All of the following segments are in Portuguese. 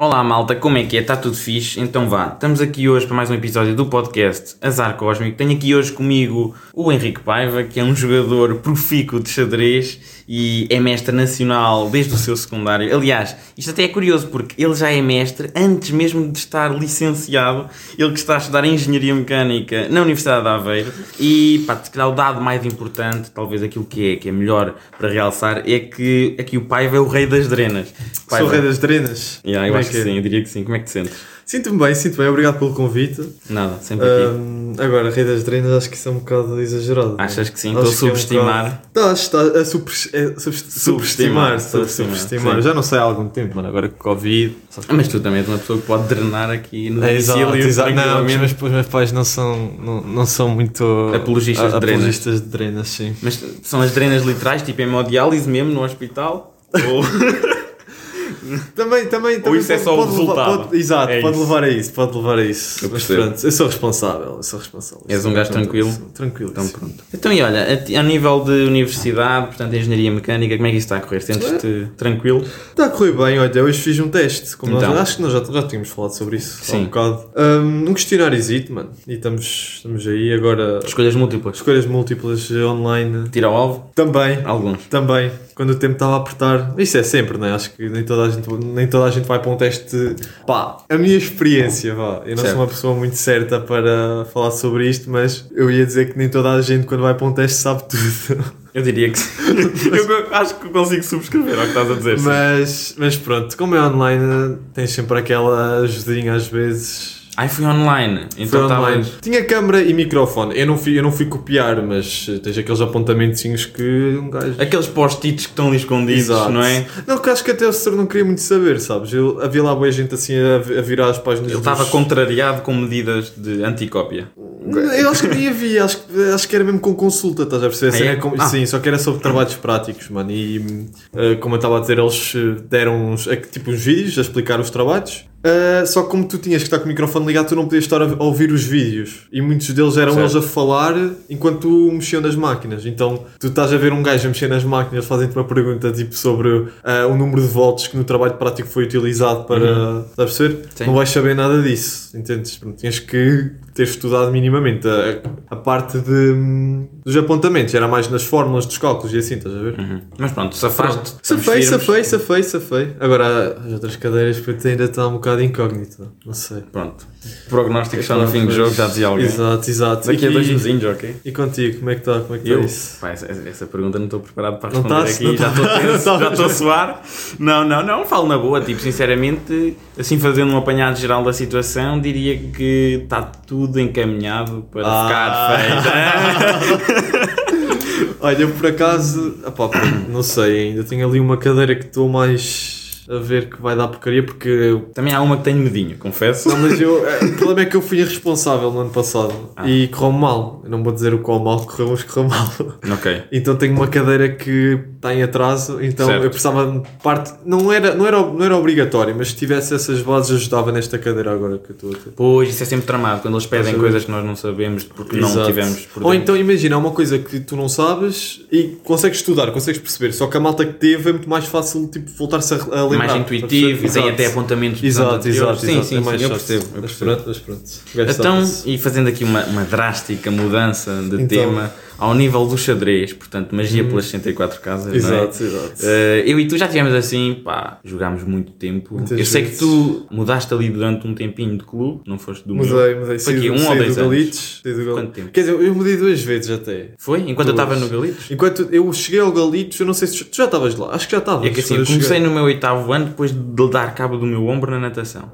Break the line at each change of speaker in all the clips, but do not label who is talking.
Olá malta, como é que é? Está tudo fixe? Então vá, estamos aqui hoje para mais um episódio do podcast Azar Cósmico. Tenho aqui hoje comigo o Henrique Paiva, que é um jogador profícuo de xadrez e é mestre nacional desde o seu secundário. Aliás, isto até é curioso porque ele já é mestre antes mesmo de estar licenciado. Ele que está a estudar Engenharia Mecânica na Universidade de Aveiro. E pá, se calhar o dado mais importante, talvez aquilo que é, que é melhor para realçar, é que aqui o Paiva é o rei das drenas.
Sou
Paiva-
o rei das drenas.
Yeah, eu
Como
acho
é que
que
é?
sim, eu diria que sim. Como é que te sentes?
Sinto-me bem, sinto bem. Obrigado pelo convite.
Nada, sempre aqui.
Ahm, agora, rei das drenas, acho que isso é um bocado exagerado. não é?
Achas que sim?
Acho
Estou a
que é um
subestimar.
bocado- Tá, está a super, é, subes-
Subestimar,
subestimar.
subestimar,
Subestimar.
sim.
subestimar. Já não sei há algum tempo, mano. Agora que Covid. só que-
Mas tu também és uma pessoa que pode drenar aqui no
É, exato,
domicílio.
exato. Não, os
tranquilamente.
meus, os meus pais não são, não, não são muito
Apologistas de drenas.
apologistas de drenas, sim.
Mas são as drenas literais, tipo hemodiálise mesmo no hospital? Ou...
Também, também,
Ou
também
isso é
pode-
só o
pode
resultado?
Levar, pode, exato,
É
pode
isso.
levar a isso, pode levar a isso.
Eu
Mas
percebo.
pronto, eu sou responsável, eu sou responsável.
És um gajo tranquilo?
Tranquilo.
então
sim.
pronto. Então e olha, a, ti- a nível de universidade, portanto engenharia mecânica, como é que isso está a correr? Sentes-te tranquilo?
Está a correr bem, olha, hoje fiz um teste, como nós-
Então.
acho que nós já, já tínhamos falado sobre isso há
Sim.
um bocado. Um, um questionáriozinho, mano, e estamos, estamos aí agora.
Escolhas múltiplas?
Escolhas múltiplas eh, online.
Tira o alvo?
Também,
Alguns.
também, quando o tempo estava a apertar, isso é sempre, né? Acho que nem toda a gente, nem toda a gente vai para um teste. Pá, a minha experiência, vá. Eu não
Certo.
sou uma pessoa muito certa para falar sobre isto, mas eu ia dizer que nem toda a gente, quando vai para um teste, sabe tudo.
Eu diria que sim. Eu acho que consigo subscrever ao que estás a dizer. sim.
Mas, mas pronto, como é online, tens sempre aquela ajudinha às vezes.
Ai, fui online.
Foi
Então
online.
estavas-
Tinha câmara e microfone. Eu não, fui, eu não fui copiar, mas eh, tens aqueles apontamentozinhos que um gajo.
Aqueles post-its É que estão ali escondidos,
Exato.
não é?
Não, que acho que até o senhor não queria muito saber, sabes? Eu- havia lá boa gente assim a, a virar as páginas.
Ele estava
dos-
contrariado com medidas de anticópia.
Eu acho que nem havia, acho, que- acho que era mesmo com consulta, estás a perceber?
Ah,
Assim,
é?
era com-
Ah.
Sim, só que era sobre trabalhos práticos, mano. E eh, como eu estava a dizer, eles eh, deram uns, eh, tipo, uns vídeos a explicar os trabalhos. Eh, só que como tu tinhas que estar com o microfone ligado, tu não podias estar a a ouvir os vídeos. E muitos deles eram
Certo.
eles a falar enquanto tu mexiam nas máquinas. Então tu estás a ver um gajo a mexer nas máquinas, fazem-te uma pergunta tipo sobre eh, o número de volts que no trabalho prático foi utilizado para. Estás a perceber?
Sim.
Não vais saber nada disso, entendes? Pronto, Tinhas que ter estudado minimamente a, a parte de, dos apontamentos, era mais nas fórmulas dos cálculos e assim, estás a ver?
Uhum. Mas pronto, safaste. estamos
Safei,
firmes.
safei, safei, safei. Agora, as outras cadeiras para ti ainda está um bocado incógnito, não sei.
Pronto. Prognósticos só no fim do
Pois.
jogo, já dizia alguém.
Exato, exato.
Daqui a
e,
dois mesinhos, ok?
e contigo, como é que está? Como é que
Eu?
está isso?
Pá, essa, essa pergunta não estou preparado para
Não
responder
estás?
aqui.
Não tá-
já estou
estás?
tenso,
Não estás?
já estou a suar. Não, não, não. Falo na boa. Tipo, sinceramente, assim fazendo um apanhado geral da situação, diria que está tudo encaminhado para
Ah.
ficar feio.
Olha, eu por acaso, opá, pá, não sei ainda, tenho ali uma cadeira que estou mais a ver que vai dar porcaria porque eu
Também há uma que tenho medinho, confesso.
Não, mas eu, eh, o problema é que eu fui irresponsável no ano passado
Ah.
e correu mal. Eu não vou dizer o quão mal correu, mas correu mal.
ok.
Então tenho uma cadeira que está em atraso, então
Certo.
eu precisava de parte. Não era, não, era, não era obrigatório, mas se tivesse essas bases ajudava nesta cadeira agora que eu estou a ter.
Pois, isso é sempre tramado, quando eles pedem
Exato.
coisas que nós não sabemos porque não
Exato.
tivemos por
Ou
dentro.
então imagina, é uma coisa que tu não sabes e consegues estudar, consegues perceber, só que a malta que teve é muito mais fácil tipo, voltar-se a, a lembrar.
mais intuitivo e tem
Exato.
até apontamentos de tanto
Exato,
anterior.
exato,
Sim,
exato.
sim,
é
sim,
mais
eu
chato.
percebo. Eu
Mas
percebo.
pronto, mas pronto. O gajo sabe
Então,
disso.
e fazendo aqui uma, uma drástica mudança de
Então. Uhum.
tema ao nível do xadrez, portanto, magia pelas 64 casas, não é?
Exato, exato.
Eh, eu e tu já tivemos assim, pá, jogámos muito tempo.
Muitas
eu sei que
vezes.
tu mudaste ali durante um tempinho de clube, não foste do meu.
Mudei,
Foi
mudei. Saí
aqui,
do-
um
saí
ou
do
dois anos?
Galitos, saí do Gal-
Quanto tempo?
Quer dizer, eu mudei duas vezes até.
Foi? Enquanto eu
Duas.
estava no Galitos?
Enquanto eu cheguei ao Galitos, eu não sei se tu já estavas lá. Acho que já estavas.
É que assim,
quando
eu
eu
comecei
cheguei.
no meu oitavo ano depois de dar cabo do meu ombro na natação.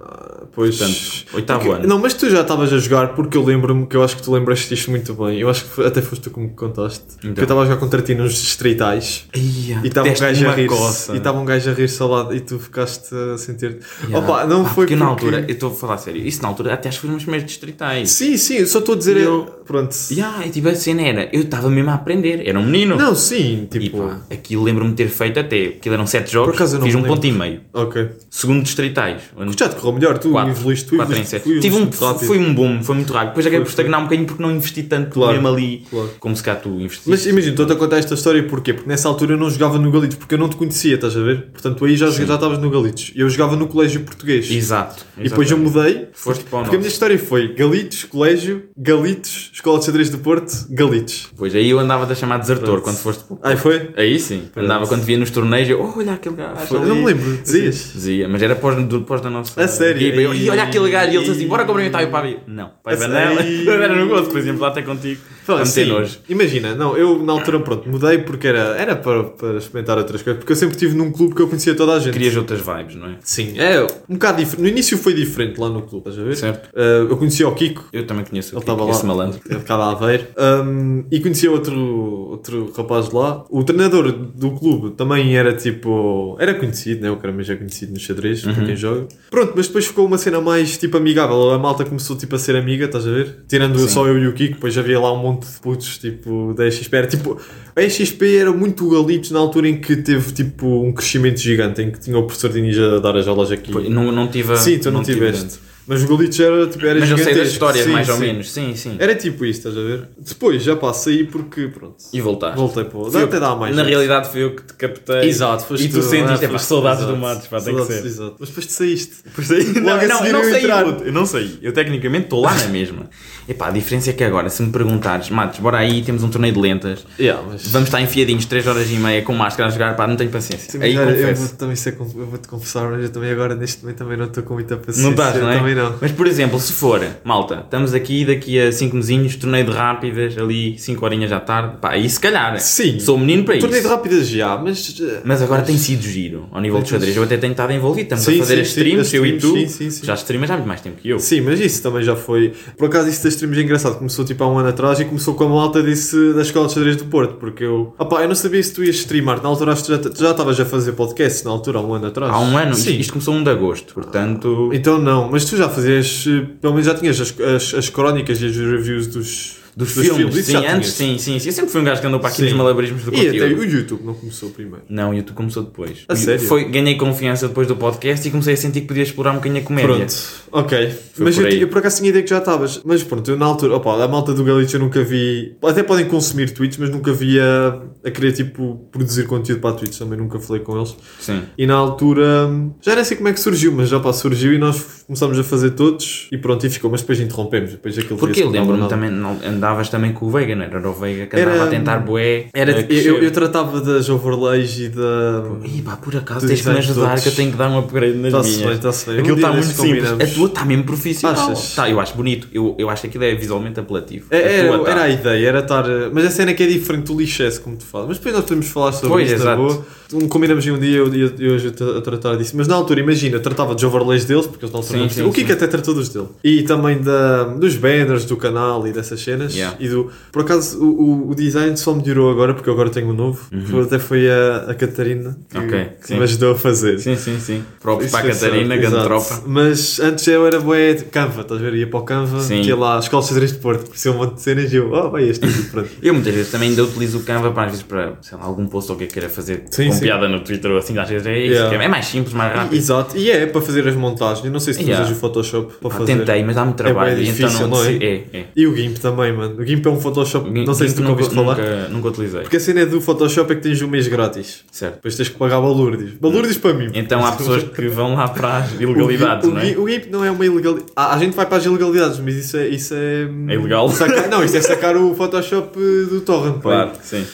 Pois.
portanto, oitavo
Porque-
ano.
Não, mas tu já estavas a jogar porque eu lembro-me que eu acho que tu lembraste isto muito bem. Eu acho que foi- até foste tu que me contaste. Que eu estava a jogar contra ti nos distritais.
Então. Ia,
E estava um
deste-me
gajo a
uma
rir
coça.
E estava um gajo a rir-se ao lado e tu ficaste a sentir.
Ya.
Opa, não
Ah,
foi
porque na
porque-
altura, eu estou a falar sério, isso na altura até acho que foi nos meus primeiros distritais.
Sim, sim, eu só estou a dizer.
E
é-
eu-
Pronto.
E ah, e tipo, a cena era, eu estava mesmo a aprender, era um menino.
Não, sim,
E
tipo.
pá, aquilo lembro-me de ter feito até, aquilo eram sete jogos,
Por acaso eu não
fiz
me
um
lembro.
ponto e meio.
Ok.
Segundo distritais, onde
Já te correu melhor, tu
Quatro.
evoluíste, tu
Quatro em
evoluíste,
sete.
tu evoluíste
Tive um,
muito rápido.
foi um boom, foi muito rápido. Depois acabei por
Foi,
estagnar um bocadinho porque não investi tanto
Claro,
mesmo ali
claro.
como se cá tu investiste.
Mas imagina, estou-te a contar esta história porquê? Porque nessa altura eu não jogava no Galitos, porque eu não te conhecia, estás a ver? Portanto, aí já, já estavas no Galitos. Eu jogava no colégio português.
Exato.
E depois eu mudei.
Foste para o
Porque a minha
nosso.
história foi Galitos, colégio, Galitos, Escola de Xadrez do Porto, Galitos.
Pois aí eu andava a chamar desertor
Pronto.
quando foste. para o-
Aí foi?
Aí sim. Andava quando via nos torneios, eu, oh, olha aquele gajo.
Foi. Eu
ali."
não me lembro, dizias.
Dizia, mas era pós, do- pós da nossa.
A sério?
equipa. Eu, E olha aquele gajo, e ele
Ih.
assim, bora cumprimentar e o Pablo. Não, pai
A
Vanela.
sério?
Era no gosto, por exemplo, lá até contigo.
Pá,
a meter
sim.
nojo.
Imagina, não, eu na altura pronto, mudei porque era, era para, para experimentar outras coisas, porque eu sempre estive num clube que eu conhecia toda a gente.
Querias outras vibes, não é?
Sim, é um bocado diferente. No início foi diferente lá no clube, estás a ver?
Certo.
Ah, eu conhecia o Kiko,
Eu também conheço o
Ele
Kiko,
estava lá.
esse malandro.
Ele ficava a ver. Um, e conhecia outro, outro rapaz lá. O treinador do clube também era tipo. Era conhecido, né? O cara já conhecido no xadrez,
Uhum.
para quem joga. Pronto, mas depois ficou uma cena mais tipo amigável. A malta começou tipo a ser amiga, estás a ver? Tirando
Sim.
só eu e o Kiko, depois havia lá um monte de putos tipo da XP. Era tipo. A XP era muito galitos na altura em que teve tipo um crescimento gigante, em que tinha o professor Diniz a dar as aulas aqui.
Pois, Não, não tive a-
Sim, tu não,
tive
tiveste.
tanto.
Mas o Galitos era, tipo, era
Mas eu sei das
gigantesco.
histórias,
Sim,
mais ou
sim.
menos. Sim, sim.
Era tipo isso, estás a ver? Depois já pá, saí porque pronto.
E voltaste.
Voltei para o.
Fui
Dá
eu-
até dá mais.
Na
jeito.
realidade foi eu que te captei.
Exato, foste
E tu sentiste,
ah,
é pá,
foste-
saudades
exato.
do Matos, pá, tem que
Saudades,
ser.
Exato. Mas depois te saíste.
Por isso aí-
Logo
não,
a
não,
seguir
não
eu
saí,
entrar.
puto, eu não saí. Eu tecnicamente estou lá na mesma. Epá, a diferença é que agora, se me perguntares, Matos, bora aí, temos um torneio de lentas,
Yeah, mas...
vamos estar enfiadinhos 3 horas e meia com máscara a jogar, pá, não tenho paciência.
Sim, mas
aí
olha, eu
confesso.
vou também ser, con- eu vou-te confessar, mas eu também agora neste momento também não estou com muita paciência.
Não estás,
Eu
não é?
Também não.
Mas por exemplo, se for, malta, estamos aqui daqui a 5 mesinhos, torneio de rápidas, ali 5 horinhas à tarde, pá, aí se calhar.
Sim.
Sou um menino para
Torneio
isso.
de rápidas já, mas. eh,
Mas agora tem sido giro, ao nível de xadrez. Eu até tenho estado envolvido. Estamos
Sim,
a fazer
sim,
as
sim,
streams,
as
eu e tu.
streams, sim, sim, sim.
Já streamas há muito mais tempo que eu.
Sim, mas isso também já foi. Por acaso, isso das streams é engraçado. Começou tipo há um ano atrás e começou com a malta disse da Escola de Xadrez do Porto. Porque eu. Ah pá, eu não sabia se tu ias streamar. Na altura, acho que tu já- tu já estavas a fazer podcast. Na altura, há um ano atrás.
Há um ano, isto,
Sim.
isto começou 1 de agosto, portanto.
Então não, mas tu já fazias. eh, Pelo menos já tinhas as, as, as crónicas e as reviews dos.
Dos, filmes,
isso
sim,
já
antes,
tinhas.
sim, sim, sim. Eu sempre fui um gajo que andou para aqui
Sim.
nos malabarismos do
E até
conteúdo.
o YouTube não começou primeiro.
Não, o YouTube começou depois.
A
O-
sério?
Foi, ganhei confiança depois do podcast e comecei a sentir que podia explorar um bocadinho a comédia.
Pronto, ok.
Foi
mas
por
eu,
aí.
ti- eu por acaso tinha ideia que já estavas. Mas pronto, eu na altura, opa, a malta do Galicia eu nunca vi. Até podem consumir tweets, mas nunca vi a, a querer tipo produzir conteúdo para tweets. Também nunca falei com eles.
Sim.
E na altura, hum, já nem sei como é que surgiu, mas já pá, surgiu e nós começámos a fazer todos e pronto, e ficou. Mas depois interrompemos. Depois aquilo
Porque
via-se
eu
que não
lembro-me
dava nada.
também, não- andavas também com o Veiga, não era? Era o Veiga que
Era-
andava a tentar boé.
Era, É eu, eu tratava das overlays e da.
Ih, pá, por acaso
Dos
tens que me
designs
ajudar
todos.
que eu tenho que dar um upgrade nas
Está-se
minhas.
bem, está-se bem. Um
Aquilo
dia
está muito
destes
simples.
combinamos.
A tua está mesmo profissional.
Achas?
Tá, eu acho bonito. Eu, eu acho que aquilo é visualmente apelativo.
É-
a tua
Era,
tá.
era a ideia, era estar. eh, Mas a cena é que é diferente do lixesse, como tu falas. Mas depois nós podemos falar sobre
Pois,
isso na
exato.
boa. Um, combinamos em um dia eu, eu, eu ajudo-te a tratar disso. Mas na altura, imagina, eu tratava dos overlays deles, porque eles na altura
Sim,
não
sim,
tinham. O Kiko
sim.
até tratou dos dele. E também da, dos banners do canal e dessas cenas.
Yeah.
E do, por acaso, o, o- o design só melhorou agora, porque eu agora tenho um novo. Que até foi a, a Catarina que,
Uhum. Ok,
que
sim.
me ajudou a fazer.
Sim, sim, sim. Próprio
Isso
para a
foi
Catarina,
certo,
grande
exato.
tropa.
Mas antes eu era bué de Canva, estás a ver? Ia para o Canva,
Sim.
que ia lá às escolas de xadrez de Porto, parecia um monte de cenas e eu, oh, vai este aqui, pronto.
Eu muitas vezes também ainda utilizo o Canva para, às vezes para sei lá, algum post ou o que eu queira fazer
Sim,
com
sim.
piada no Twitter ou assim, às vezes é isso.
Yeah.
que É é mais simples, mais rápido.
Exato, e é para fazer as montagens. Eu não sei se tu
Yeah.
usas o Photoshop para
Pá,
fazer.
Ah, tentei, mas dá-me trabalho.
bué
e
difícil,
então
não é?
É, é.
E o GIMP também, mano. O GIMP é um Photoshop, não sei se tu nunca ouviste falar.
Nunca, nunca utilizei.
Porque a cena do Photoshop é que tens um mês grátis.
Certo.
Depois tens que pagar balúrdios. Balúrdios para mim.
Então há pessoas que vão lá para as ilegalidades,
o,
não é?
GIMP, o GIMP não é uma ilegalidade. A, a gente vai para as ilegalidades, mas isso é. Isso é,
É ilegal.
Sacar- não, isso é sacar o Photoshop eh, do Torrent. pá.
Claro, sim.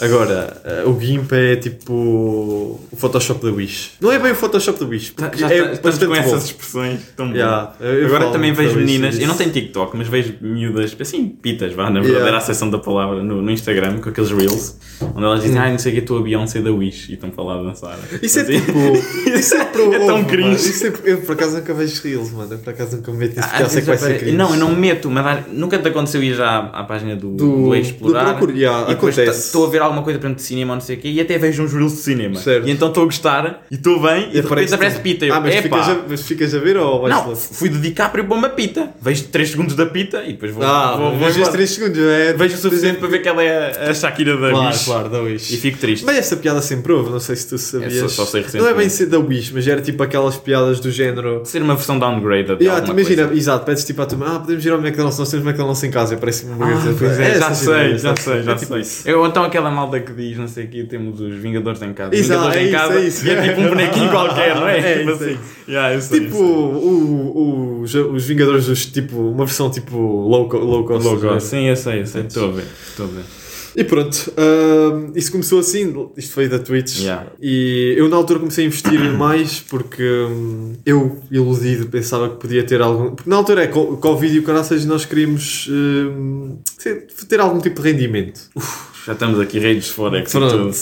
Agora, eh, o GIMP é tipo o Photoshop da Wish. Não é bem o Photoshop da Wish,
Já
porque
está-
é
estamos
bastante
com
bom.
essas expressões tão bom.
Yeah, eu- eu
Agora
falo
também
muito
vejo
sobre isso,
meninas, eu não
isso.
tenho TikTok, mas vejo miúdas, assim, pitas, vá, na verdadeira
Yeah.
acessão da palavra, no, no Instagram, com aqueles reels, onde elas dizem, ai, não sei o que, estou a Beyoncé da Wish, e estão para lá dançar.
Uhum. Isso é
Assim.
tipo. Isso é, pro
É tão
ovo,
cringe.
mano. Isso é, eu por acaso nunca vejo reels, mano. Eu por acaso nunca me meto nisso,
Ah,
porque eu sei que vai ser cringe.
Não, eu não me meto, mas há- nunca te aconteceu ir já à, à página do,
Do-
do Explorar
do Procure, yeah,
e depois
acontece.
t- estou a ver alguma coisa, por exemplo, de cinema ou não sei o quê, e até vejo uns reels de cinema.
Certo.
E então estou a gostar, e estou bem, e, de repente aparece pita. e Eu,
Ah, mas
"Epá,
ficas, a, mas ficas a ver ou vais
Não,
lá?
fui de DiCaprio para uma pita. Vejo 3 segundos da pita e depois vou.
Ah,
vou, vou
vejo
embora.
os 3 segundos. É,
Vejo o suficiente para ver que ela é a Shakira da
Claro,
Wish.
claro, da Wish.
E fico triste.
Mas essa piada sempre houve, não sei se tu sabias.
Essa só sei
não é
recentemente.
bem ser da Wish, mas era tipo aquelas piadas do género.
Ser uma versão downgraded. de
Yeah,
alguma
tu ah, imagina,
coisa.
exato, pedes tipo à turma, ah, podemos ir ao McDonald's, nós temos McDonald's em casa, parece uma
Ah,
burguesa.
pois é, já
essas
sei,
ideias,
já
tá?
sei, já
É tipo
sei.
isso.
Eu, então aquela malda que diz, não sei o quê, temos os Vingadores em casa.
Exato,
Vingadores
é
em
isso,
casa
é isso.
e é tipo um bonequinho qualquer, não é?
É
tipo
isso, é
assim. Yeah, eu sei,
Tipo,
eu
o, o- jo- os Vingadores, dos, tipo, uma versão tipo low, co- low cost.
sei. Logo,
né?
sim, eu sei, eu sei. Estou a ver, estou a ver.
E pronto, hum, isso começou assim, isto foi da Twitch.
Yeah.
E eu na altura comecei a investir mais porque hum, eu, iludido, pensava que podia ter algum. Porque na altura é co- Covid e o caraças, nós queríamos hum, ter- ter algum tipo de rendimento.
Já estamos aqui reis de Forex e tudo.
Pronto.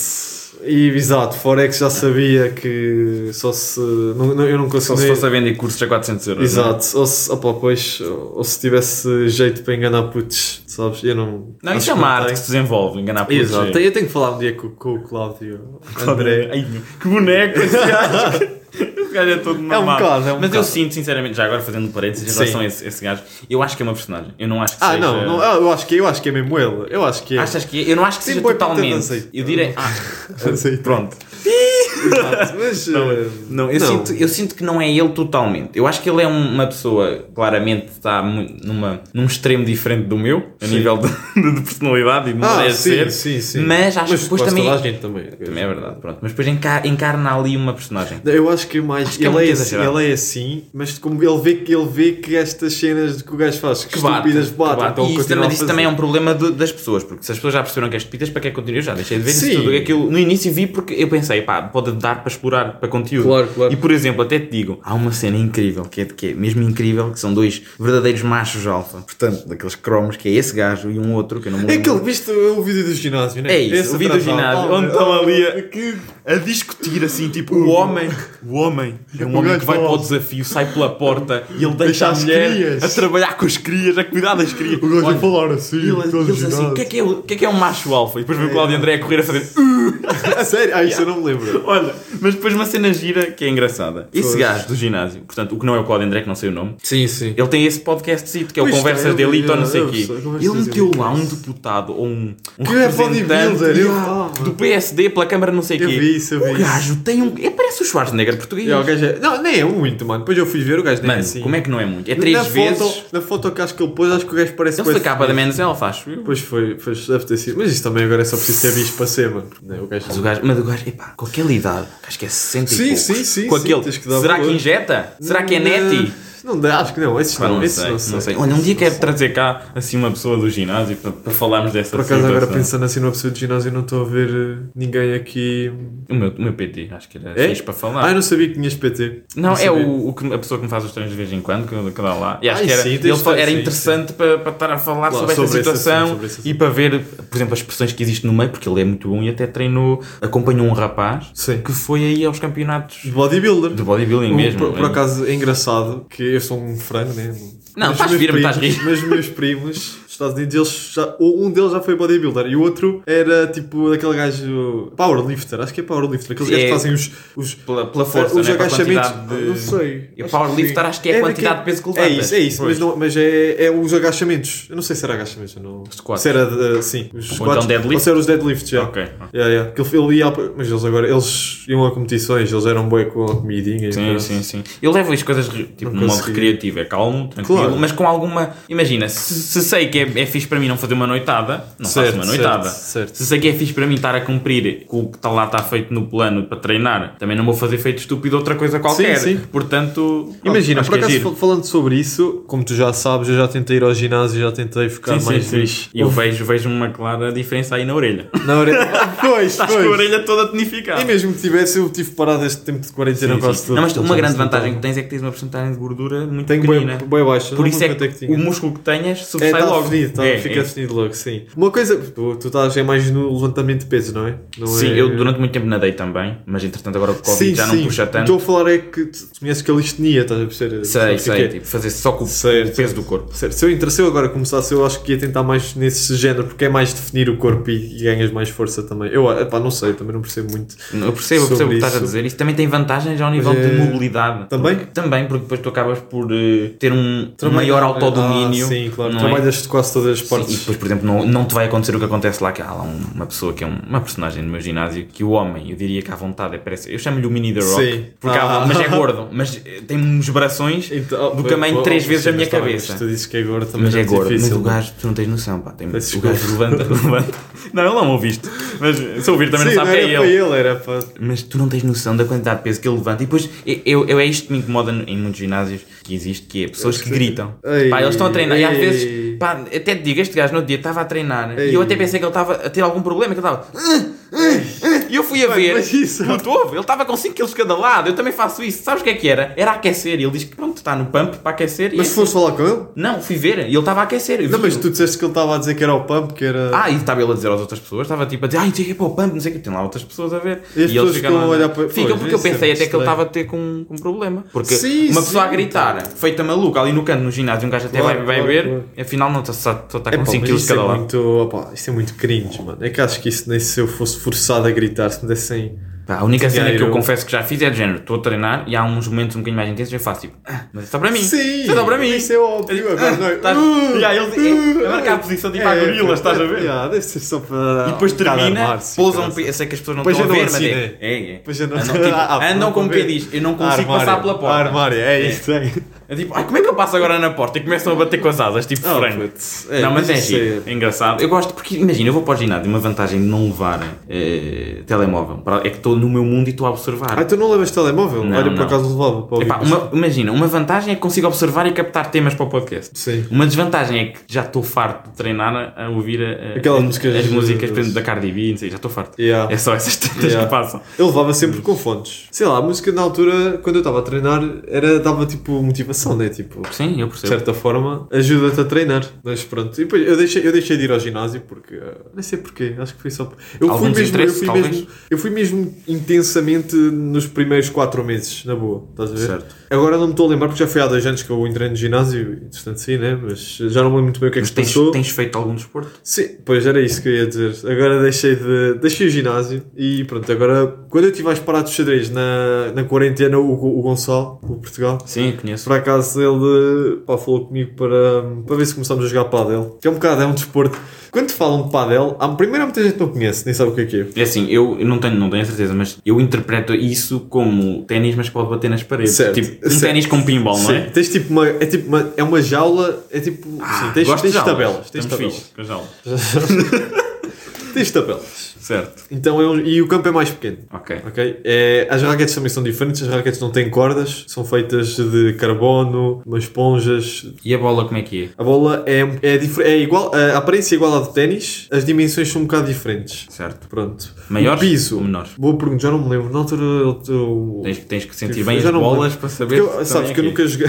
E exato, Forex já sabia que só se. Não, não- eu não
Só
consegui.
se fosse é? a vender cursos a 400 euros. né?
Exato, ou se, opa, pois, ou ou se tivesse jeito para enganar putos, sabes? Eu não.
Não, é? não
acho
isso é
que
uma
não
arte que
tenho.
se desenvolve, enganar por
Exato, eu tenho que falar um dia com, com o Cláudio André.
Ai, meu, que boneco esse gajo. Esse gajo é todo mamado.
bocado, é um
Mas eu
bocado.
sinto, sinceramente, já agora fazendo um parênteses em
Sim.
relação a esse, esse gajo, eu acho que é uma personagem. Eu não acho que
Ah,
seja...
não, não, ah, eu, acho que, eu acho que é mesmo ele. Eu acho que é.
Achas que é? Eu não acho que
Sim,
seja
boi,
totalmente.
portanto, não sei.
Eu direi... Ah,
Não sei.
pronto.
Exato, mas. eh,
Não, eu, Sinto, eu sinto que não é ele totalmente. Eu acho que ele é um- uma pessoa, claramente, está mu- numa, num extremo diferente do meu, a
Sim.
nível de, de personalidade e de
Ah,
maneira de
sim,
ser.
sim, sim.
Mas acho que depois
quase
também...
toda a gente também.
Também é verdade, pronto. Mas depois enca- encarna ali uma personagem.
Eu acho que é mais.
que é
ele,
muito
é assim,
exagerado.
ele é assim, mas como ele vê que ele vê que estas cenas de que o gajo faz, que,
que
estúpidas
bate,
batem,
que bate.
então
E isso
continua
também,
a
isso
fazer.
também é um problema de- das pessoas, porque se as pessoas já perceberam que és pitas, para que é que continua? Eu já deixei de ver
Sim.
isso tudo. Aquilo, no início vi porque eu pensei, pá, pode dar para explorar, para conteúdo.
Claro, claro.
E por exemplo, até te digo, há uma cena incrível, que é de quê? Mesmo incrível, que são dois verdadeiros machos alfa, portanto, daqueles cromos, que é esse gajo e um outro, que eu não me
É
lembro.
aquele, viste o vídeo do ginásio, né?
É isso, o vídeo do ginásio, onde estão ali a-
Que...
a discutir assim, tipo, o homem, o homem, é um
O
homem
gajo
que vai
fala.
para o desafio, sai pela porta e ele
Deixa
deixa, a
as
mulher
crias.
a trabalhar com as crias, a cuidar das crias.
O gajo
Olha,
a falar assim,
E ele,
todo
eles assim, o que, é que é, o o que é que é um macho alfa? E depois vem o Cláudio André a correr a fazer. "Uh",
A sério? Ah, isso eu não me lembro.
Olha, mas depois uma cena gira que é engraçada. Esse
Pois.
gajo do ginásio, portanto, o que não é o Cláudio André, que não sei o nome,
Sim, sim.
ele tem esse podcast que é o
Pois
Conversas
tem,
de Elite ou não
eu-
sei
eu
o quê.
sei, Conversas
Ele
de
meteu
Elite.
lá um deputado ou um, um
Que é bodybuilder, eu-
yeah,
ah,
do PSD pela Câmara não sei o quê.
Eu vi isso, eu vi
O
isso.
gajo tem um. É, parece o Schwarzenegger português.
É, o gajo é- Não, nem é muito, mano. Depois eu fui ver o gajo, nem
Mano,
é assim.
como é que não é muito? É três
na
vezes.
Foto, na foto que acho que ele pôs, acho que o gajo parece
Ele foi
bué
capa da
feliz.
Men's Health, acho eu.
Pois foi, pois deve ter sido. Mas isso também agora é só preciso ser bicho para ser, mano. Não é? O gajo
Mas o gajo, mas o gajo, epá, com aquela idade, acho que é 60 e
Sim,
poucos,
sim, sim,
com
sim,
aquele,
tens que dar
será que
valor.
injeta? Será que é
Não,
neti?
Hum, Não dá, acho que não. Esses
Pá,
não,
não,
esses
sei,
não,
não
sei.
sei. Olha, um dia quero trazer cá, assim, uma pessoa do ginásio para, para falarmos dessa
Por acaso, agora
situação.
pensando assim numa pessoa de ginásio, eu não estou a ver eh, ninguém aqui.
O meu, o meu PT, acho que era
É?
fixe para
Ah,
falar.
eu não sabia que tinhas PT.
não, é
sabia.
o, o que- a pessoa que me faz os treinos de vez em quando, que, que dá lá. E acho
Ai,
que era,
sim,
ele
tens
fa-
de-
era
sim,
interessante Para, para estar a falar
Claro,
sobre,
sobre esse
essa situação
assunto, sobre esse
e para ver, por exemplo, as expressões que existem no meio, porque ele é muito bom e até treinou, acompanhou um rapaz
Sim.
que foi aí aos campeonatos
De bodybuilder.
de bodybuilding
O-
mesmo.
por, por
lembro.
acaso é engraçado que eu sou um frango, né?
Não,
Mas
estás
meus
firme, estás
primos-
rico.
Mas meus primos dos Estados Unidos, eles já, ou um deles já foi bodybuilder e o outro era tipo daquele gajo powerlifter, acho que é powerlifter, aqueles
É.
gajos que fazem os, os
Pela, pela força,
os
né? Pela
agachamentos.
quantidade de...
Não sei.
E o
Acho que
powerlifter
sim.
acho que é a quantidade de peso que
É
levantas.
isso, é isso. Mas, não- mas é, é os agachamentos. Eu não sei se era agachamentos ou não.
Squats.
Se era, de- sim. Os
Ou
squats.
então deadlift.
Ou se era os deadlifts, já.
Ok.
Yeah, yeah. Que Ele, ele ia, ao- mas eles agora, eles iam a competições, eles eram boi com a comidinha. e
Sim,
caralho.
sim, sim. Eu levo as coisas re- tipo,
Não
no modo
consegui.
recreativo, é calmo, tranquilo,
Claro.
mas com alguma. Imagina, se, se sei que é, é fixe para mim não fazer uma noitada, não faço
Certo,
uma noitada.
certo, certo.
Se sei que é fixe para mim estar a cumprir com o que está lá está feito no plano para treinar, também não vou fazer feito estúpido outra coisa qualquer.
sim.
Portanto, pronto,
Imagina,
acho
Ah, por
que é
acaso um
giro.
fal- falando sobre isso, como tu já sabes, eu já tentei ir ao ginásio, já tentei ficar
Sim, sim,
mais
sim.
bicho.
E eu vejo, vejo uma clara diferença aí na orelha.
Na orelha. pois,
Estás com a
pois.
orelha toda tonificada.
E mesmo que tivesse, eu tive parado este tempo de quarentena
Sim,
quase
sim.
todo.
Não, mas uma
Portanto,
grande
não
vantagem
tenho-
que tens é que tens uma porcentagem de gordura muito
assim, então. Tenho
pequenina.
bem baixa.
Por
não
isso
lembro
é
quanto
que, o músculo que tenhas
É,
sobressai
tá
logo.
definido, tá,
É,
fica
é.
definido logo, sim. Uma coisa, tu, tu estás é mais no levantamento de peso, não é? Não
Sim,
é-
eu durante muito tempo nadei também, mas entretanto agora com o Covid
Sim,
já
sim.
não puxa tanto.
Estou a falar é que tu tu conheces calistenia, estás a perceber?
Sei,
Sabes o que
sei,
é?
tipo, fazer só com o
Certo,
peso
certo.
do corpo.
Certo, se eu entra- se eu agora começasse, eu acho que ia tentar mais nesse género, porque é mais definir o corpo e, e ganhas mais força também. Eu, epá, não sei, também não percebo muito.
Eu percebo, eu
Sobre
percebo o que estás a
isso.
dizer. Isso também tem vantagens ao nível
Mas
de
é-
mobilidade.
Também?
Porque- também, porque depois tu acabas por eh, ter um
Trabalhar-
maior autodomínio.
Ah, sim, claro.
não é?
Trabalhas de quase todas as
Sim,
partes.
e depois, por exemplo, não, não te vai acontecer o que acontece lá, que há lá um- uma pessoa que é um- uma personagem do meu ginásio, que o homem, eu diria que à vontade, é, parece, eu chamo-lhe o Mini The Rock,
Sim.
porque há-
Ah.
mas é gordo, mas eh, tem uns brações,
Então,
do
pô,
tamanho
pô,
três
pô,
vezes
sim,
a minha
mas tá bem,
cabeça.
mas Tu dizes que é gordo, também
mas é
muito
gordo, mas
difícil, né?
o gajo, tu não tens noção, pá, tem-
Peço
o gajo levanta, levanta, não, ele não ouviste, mas se ouvir também
Sim,
não sabe
era
quem é
para
ele.
ele, era para.
Mas tu não tens noção da quantidade de peso que ele levanta. E depois, eu, eu, eu- é isto que me incomoda no- em muitos ginásios que existe, que é pessoas que gritam.
Ei,
pá, eles estão a treinar. E às
ei.
vezes, pá, até te digo, este gajo no outro dia estava a treinar. E eu
Ei.
até pensei que ele estava a ter algum problema, que ele estava... "Ah, E eu fui a
Mano,
ver.
mas isso-
Puto, ouve, ele estava com 5 kg cada lado. Eu também faço isso. Sabes o que é que era? Era aquecer. E ele diz que pronto, está no pump para aquecer. e
Mas
é-
foste falar com ele?
Não, fui ver. E ele estava a aquecer. Eu
Não,
vi-
mas tu disseste que ele estava a dizer que era o pump, que era.
Ah, e estava ele a dizer às outras pessoas, estava tipo a dizer, ai, não sei o que, pá, o pump, não sei o que, tem lá outras pessoas a ver.
E as
ele
pessoas
fica
ficam
lá,
a olhar para-
Ficam
Pois,
porque eu
isso
pensei
é muito
até que ele
estranho.
estava a ter com, com problema. Porque
Sim,
uma pessoa
sim,
a gritar, feita maluca, ali no canto, no ginásio, um gajo até
Claro,
vai, vai
claro,
ver,
claro.
afinal não está só, só está
É
com
pá,
5
mas
kg
isso é
cada lado.
muito, opá, isso é muito cringe, mano. É que acho que isso nem se eu fosse forçado a gritar, se me dessem.
Pá, a única cena que eu
Dinheiro.
confesso que já fiz é de género, estou a treinar e há uns momentos um bocadinho mais intensos e eu faço tipo, "Ah, mas está para mim,
Sim!
está para mim. Ah,
Isso é óbvio, agora não é.
Estás-
Uh,
e aí ele- é-
uh, é,
é marcar a posição tipo a gorila, estás a ver?
yeah, deve ser só para.
E depois
um bocado
termina,
armar-se,
pousam,
caraças.
eu sei que as pessoas não
Pois
estão a
andam
ver, mas
assim,
é.
né?
é, é.
Pois andam-
Andam, tipo,
Ah, pá,
andam
não
com o que
ver.
diz, eu não consigo
Armário,
passar pela porta.
Armário, é isso. É.
É tipo, ai, como é que eu passo agora na porta? E começam a bater com as asas, tipo
Oh,
frango.
putz. É,
não, mas é,
mas isso
giro. É engraçado. Eu gosto, porque imagina, eu vou para o ginásio, uma vantagem de não levar eh, telemóvel para- é que estou no meu mundo e estou a observar.
Ah, tu não levas telemóvel?
Não,
Olha, por
não.
acaso levava para ouvir.
Epá, uma- imagina, uma vantagem é que consigo observar e captar temas para o podcast.
Sim.
Uma desvantagem é que já estou farto de treinar a- a ouvir a- a-
Aquelas
as-
músicas-
as músicas por exemplo, da Cardi B, não sei, já estou farto.
Yeah.
É só essas tantas
Yeah.
que passam.
Eu levava sempre com fontes. Sei lá, a música na altura, quando eu estava a treinar, era, dava tipo motivação, né? Tipo,
Sim, eu
de
percebo.
certa forma, ajuda-te a treinar. Mas pronto, e depois eu deixei, eu deixei de ir ao ginásio porque. ah, não sei porquê, acho que foi só. por- Eu
Algum
fui, mesmo, eu,
desinteresse,
fui
talvez?
mesmo, eu fui mesmo intensamente nos primeiros 4 meses, na boa, estás a ver?
Certo.
Agora não me estou a lembrar porque já foi há dois anos que eu entrei no ginásio, entretanto sim, né? Mas já não me lembro muito bem o que é que
Mas
se
tens,
passou.
tens feito algum desporto?
Sim, pois era isso que eu ia dizer. Agora deixei de. Deixei o ginásio e pronto, agora quando eu tive às paradas de xadrez na, na quarentena, o, Go- o Gonçalo, o Portugal,
Sim, conheço.
por acaso ele pá, falou comigo para, para ver se começámos a jogar padel. Que é um bocado, é um desporto. Quando te falam de padel, há, primeiro há muita gente que não conhece, nem sabe o que é que é.
É assim, eu eu não tenho, não tenho a certeza, mas eu interpreto isso como ténis, mas pode bater nas paredes.
Certo,
Tipo, um
certo.
ténis com pinball, não é? Ah,
Sim, tens tipo uma. É tipo uma. É uma jaula. É tipo. sim, tens,
gosto
tens
de jaulas.
tabelas. Tens
Estamos
tabelas.
fixe, com as jaulas.
Tens tabelas.
Certo.
Então é um- e o campo é mais pequeno.
Ok.
Ok? É, as raquetes também são diferentes, as raquetes não têm cordas, são feitas de carbono, umas esponjas.
E a bola como é que é?
A bola é, é, difer- é igual, a aparência é igual à de ténis, as dimensões são um bocado diferentes.
Certo.
Pronto.
Maiores
O piso.
ou menores?
Boa pergunta, já não me lembro. Na altura eu. eu-
Tens, tens que sentir
eu
bem as
já não me
bolas
lembro.
para
Porque
saber.
eu-
também
sabes
é
que eu
é.
nunca joguei.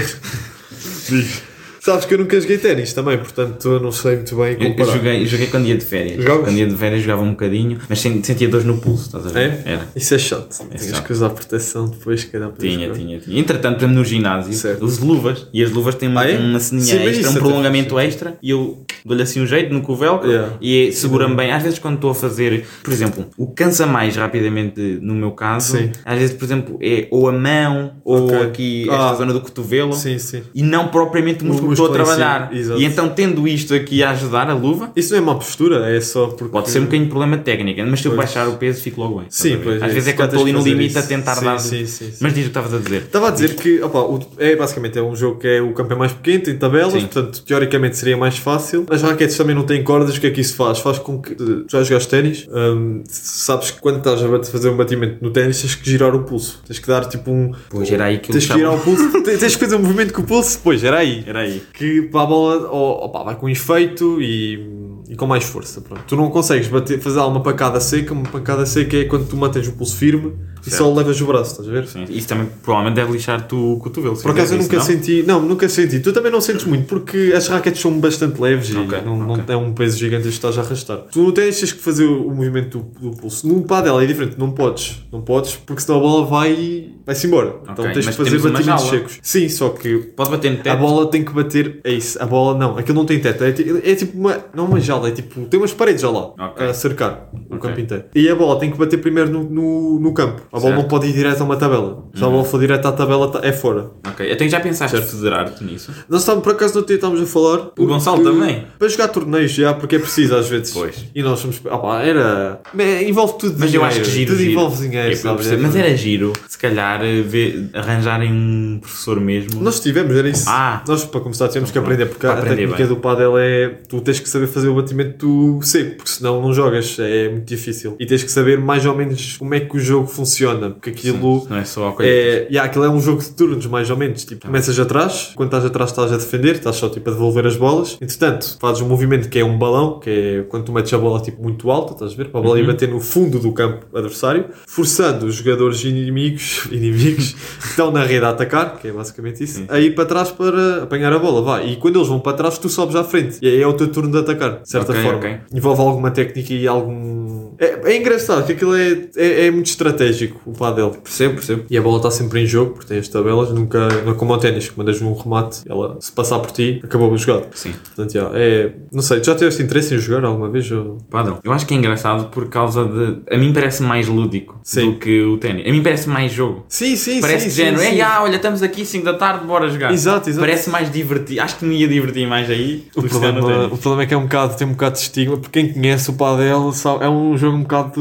sabes que eu nunca joguei ténis também, portanto eu não sei muito bem
é. Eu, eu
comparar.
joguei, eu joguei quando ia de férias.
Jogavas?
Quando ia de férias jogava um bocadinho, mas sen- sentia dores no pulso, estás a ver?
É?
Era.
Isso é chato. Tinhas
chato.
que usar proteção depois, que era para
Tinha,
jogar.
tinha, tinha. Entretanto, por exemplo, no ginásio,
Certo.
uso luvas e as luvas têm uma,
Ah, é?
uma ceninha
Sim, mas
extra,
isso
um
até
prolongamento extra e eu dou-lhe assim um jeito no covel
Yeah.
e é, segura-me bem. Às vezes, quando estou a fazer, por exemplo, o que cansa mais rapidamente, no meu caso,
Sim.
às vezes, por exemplo, é ou a mão ou
Ok.
aqui esta
Ah.
zona do cotovelo.
Sim, sim.
E não propriamente o
O
músculo que estou a
músculo em si,
trabalhar.
exato.
e então, tendo isto aqui a ajudar, a luva,
Isso não é má postura, é só porque.
Pode ser um bocadinho de problema técnico, mas se eu
Pois.
baixar o peso fico logo bem. estás a
Sim,
ver?
pois
Às vezes é
se
quando
calhar
estou ali
tens
no
de fazer
limite a
isso.
tentar
sim,
dar.
Sim, sim, sim.
Mas diz o que estavas a dizer.
Estava a dizer que, opa, o- é basicamente é um jogo que é o campo é mais pequeno, tem tabelas,
Sim.
portanto, teoricamente seria mais fácil. As raquetes também não têm cordas, o que é que isso faz? Faz com que. Tu já jogaste ténis, hum, sabes que quando estás a bate- fazer um batimento no ténis tens que girar o pulso, tens que dar tipo um.
Pois era aí que eu
Tens que
estava-
girar o pulso, te- tens que fazer um movimento com o pulso, pois, era aí.
Era aí.
Que para a bola, ó, ó pá, vai com efeito e. e e com mais força. Pronto. Tu não consegues bater, fazer lá uma pancada seca, uma pancada seca é quando tu mantens o pulso firme e
Certo.
só levas o braço, estás a ver?
Sim, Isso também provavelmente deve lixar tu o cotovelo. se
Por acaso eu
fizeres
nunca
isso,
senti, não, nunca senti. Tu também não sentes muito porque as raquetes são bastante leves
Ok,
e não, não
ok.
é um peso gigante que estás a arrastar. Tu tens, tens que fazer o o movimento do, do pulso. No padel é diferente, não podes, não podes porque senão a bola vai, vai-se embora. então tens que
mas
fazer
temos uma
batimentos
jaula.
secos. Sim, só que
não? Pode bater no
a
teto.
bola tem que bater. É isso, a bola não. Aquilo não tem teto. É, ti- é tipo uma. Não uma jaula, é tipo. Tem umas paredes já lá
Ok.
a cercar o
Ok.
campo inteiro. E a bola tem que bater primeiro no, no, no campo. A bola
Certo. Uhum.
não pode ir direto a uma tabela. Se a bola for direto à tabela, tá- é fora.
Ok, até que já pensaste em federar-te nisso.
Nós estávamos, por acaso, no outro dia estávamos a falar.
O Gonçalo
porque-
também.
Para jogar torneios já, porque é preciso às vezes.
Pois.
E nós somos. Ah, pá, era. é, Envolve tudo
Mas
dinheiro.
eu acho que giro.
Tudo
giro. É,
envolve dinheiro,
Eu
sabes? É
percebo, Mas era giro, se calhar, eh, ver- arranjarem um professor mesmo.
Nós tivemos, era isso.
Ah.
Nós, para começar, tivemos que aprender, porque
Para
a
aprender
técnica
bem.
do padel é. Tu tens que saber fazer o batimento do seco, porque senão não jogas. É muito difícil. E tens que saber mais ou menos como é que o jogo funciona, porque aquilo.
Não é só a coisa. Tá.
É, yeah, aquilo é um jogo de turnos, mais ou menos. Tipo, começas atrás, quando estás atrás estás a defender, estás só tipo a devolver as bolas. Entretanto, fazes um movimento que é um balão, que é quando tu metes a bola tipo muito alta, estás a ver? Para a bola
Uhum.
ir bater no fundo do campo adversário, forçando os jogadores inimigos, inimigos que estão na rede a atacar, que é basicamente isso, a ir para trás para apanhar a bola. Vá. E quando eles vão para trás, tu sobes à frente. E aí é o teu turno de atacar, de certa
Ok,
forma.
ok.
Envolve alguma técnica e algum. É, é engraçado, que aquilo é, é, é muito estratégico, o padel.
Percebo, percebo.
E a bola está sempre em jogo, porque tem as tabelas, nunca, não é como ao ténis, que mandas um remate, ela se passar por ti, acabou o jogado.
Sim.
Portanto, já, é, não sei, tu já tiveste interesse em jogar alguma vez? Ou...
Padrão. Eu acho que é engraçado por causa de. A mim parece mais lúdico
Sim.
do que o ténis. A mim parece mais jogo.
Sim, sim,
Parece
sim.
de
sim,
género.
sim.
Ei, ah, olha, estamos aqui 5 da tarde, bora jogar.
Exato, exato.
Parece mais divertido. Acho que me ia divertir mais aí
O
do que se calhar no
problema,
ténis.
o problema é que é um bocado, tem um bocado de estigma, porque quem conhece o padel sabe, é um jogo um bocado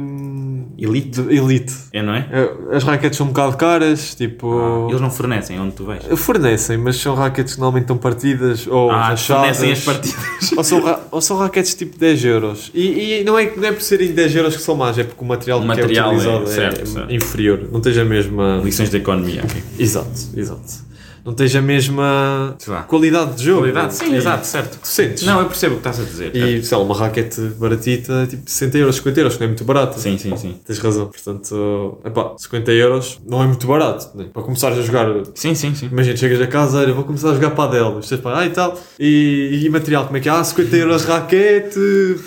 de...
Elite.
de elite.
É, não é?
É, As raquetes são um bocado caras, tipo...
Ah, Eles não fornecem onde tu vais.
Fornecem, mas são raquetes que normalmente estão partidas ou
ah,
rachadas.
fornecem as partidas.
ou, são ra- ou são raquetes tipo 10 euros. E, e não, é, não é por serem 10 euros que são más, é porque o material,
O material é,
que é utilizado é,
certo, certo.
inferior. Não tens a mesma.
Lições de economia. ok.
Exato, exato. Não tens a mesma
Sei lá.
qualidade de jogo.
Qualidade, sim,
E
exato, certo.
Tu sentes.
Não, é eu percebo o que estás a dizer.
E sei lá, uma raquete baratita é tipo 60 euros, 50 euros, que não é muito barata.
Sim, sim, sim.
Tens razão. Portanto, epá, 50 euros não é muito barato. né? Para começares a jogar
Sim, sim, sim.
Imagina, chegas a casa, olha, vou começar a jogar padel. Os teus pais, ah, e tal. E, e material, como é que é? Ah, 50 euros raquete,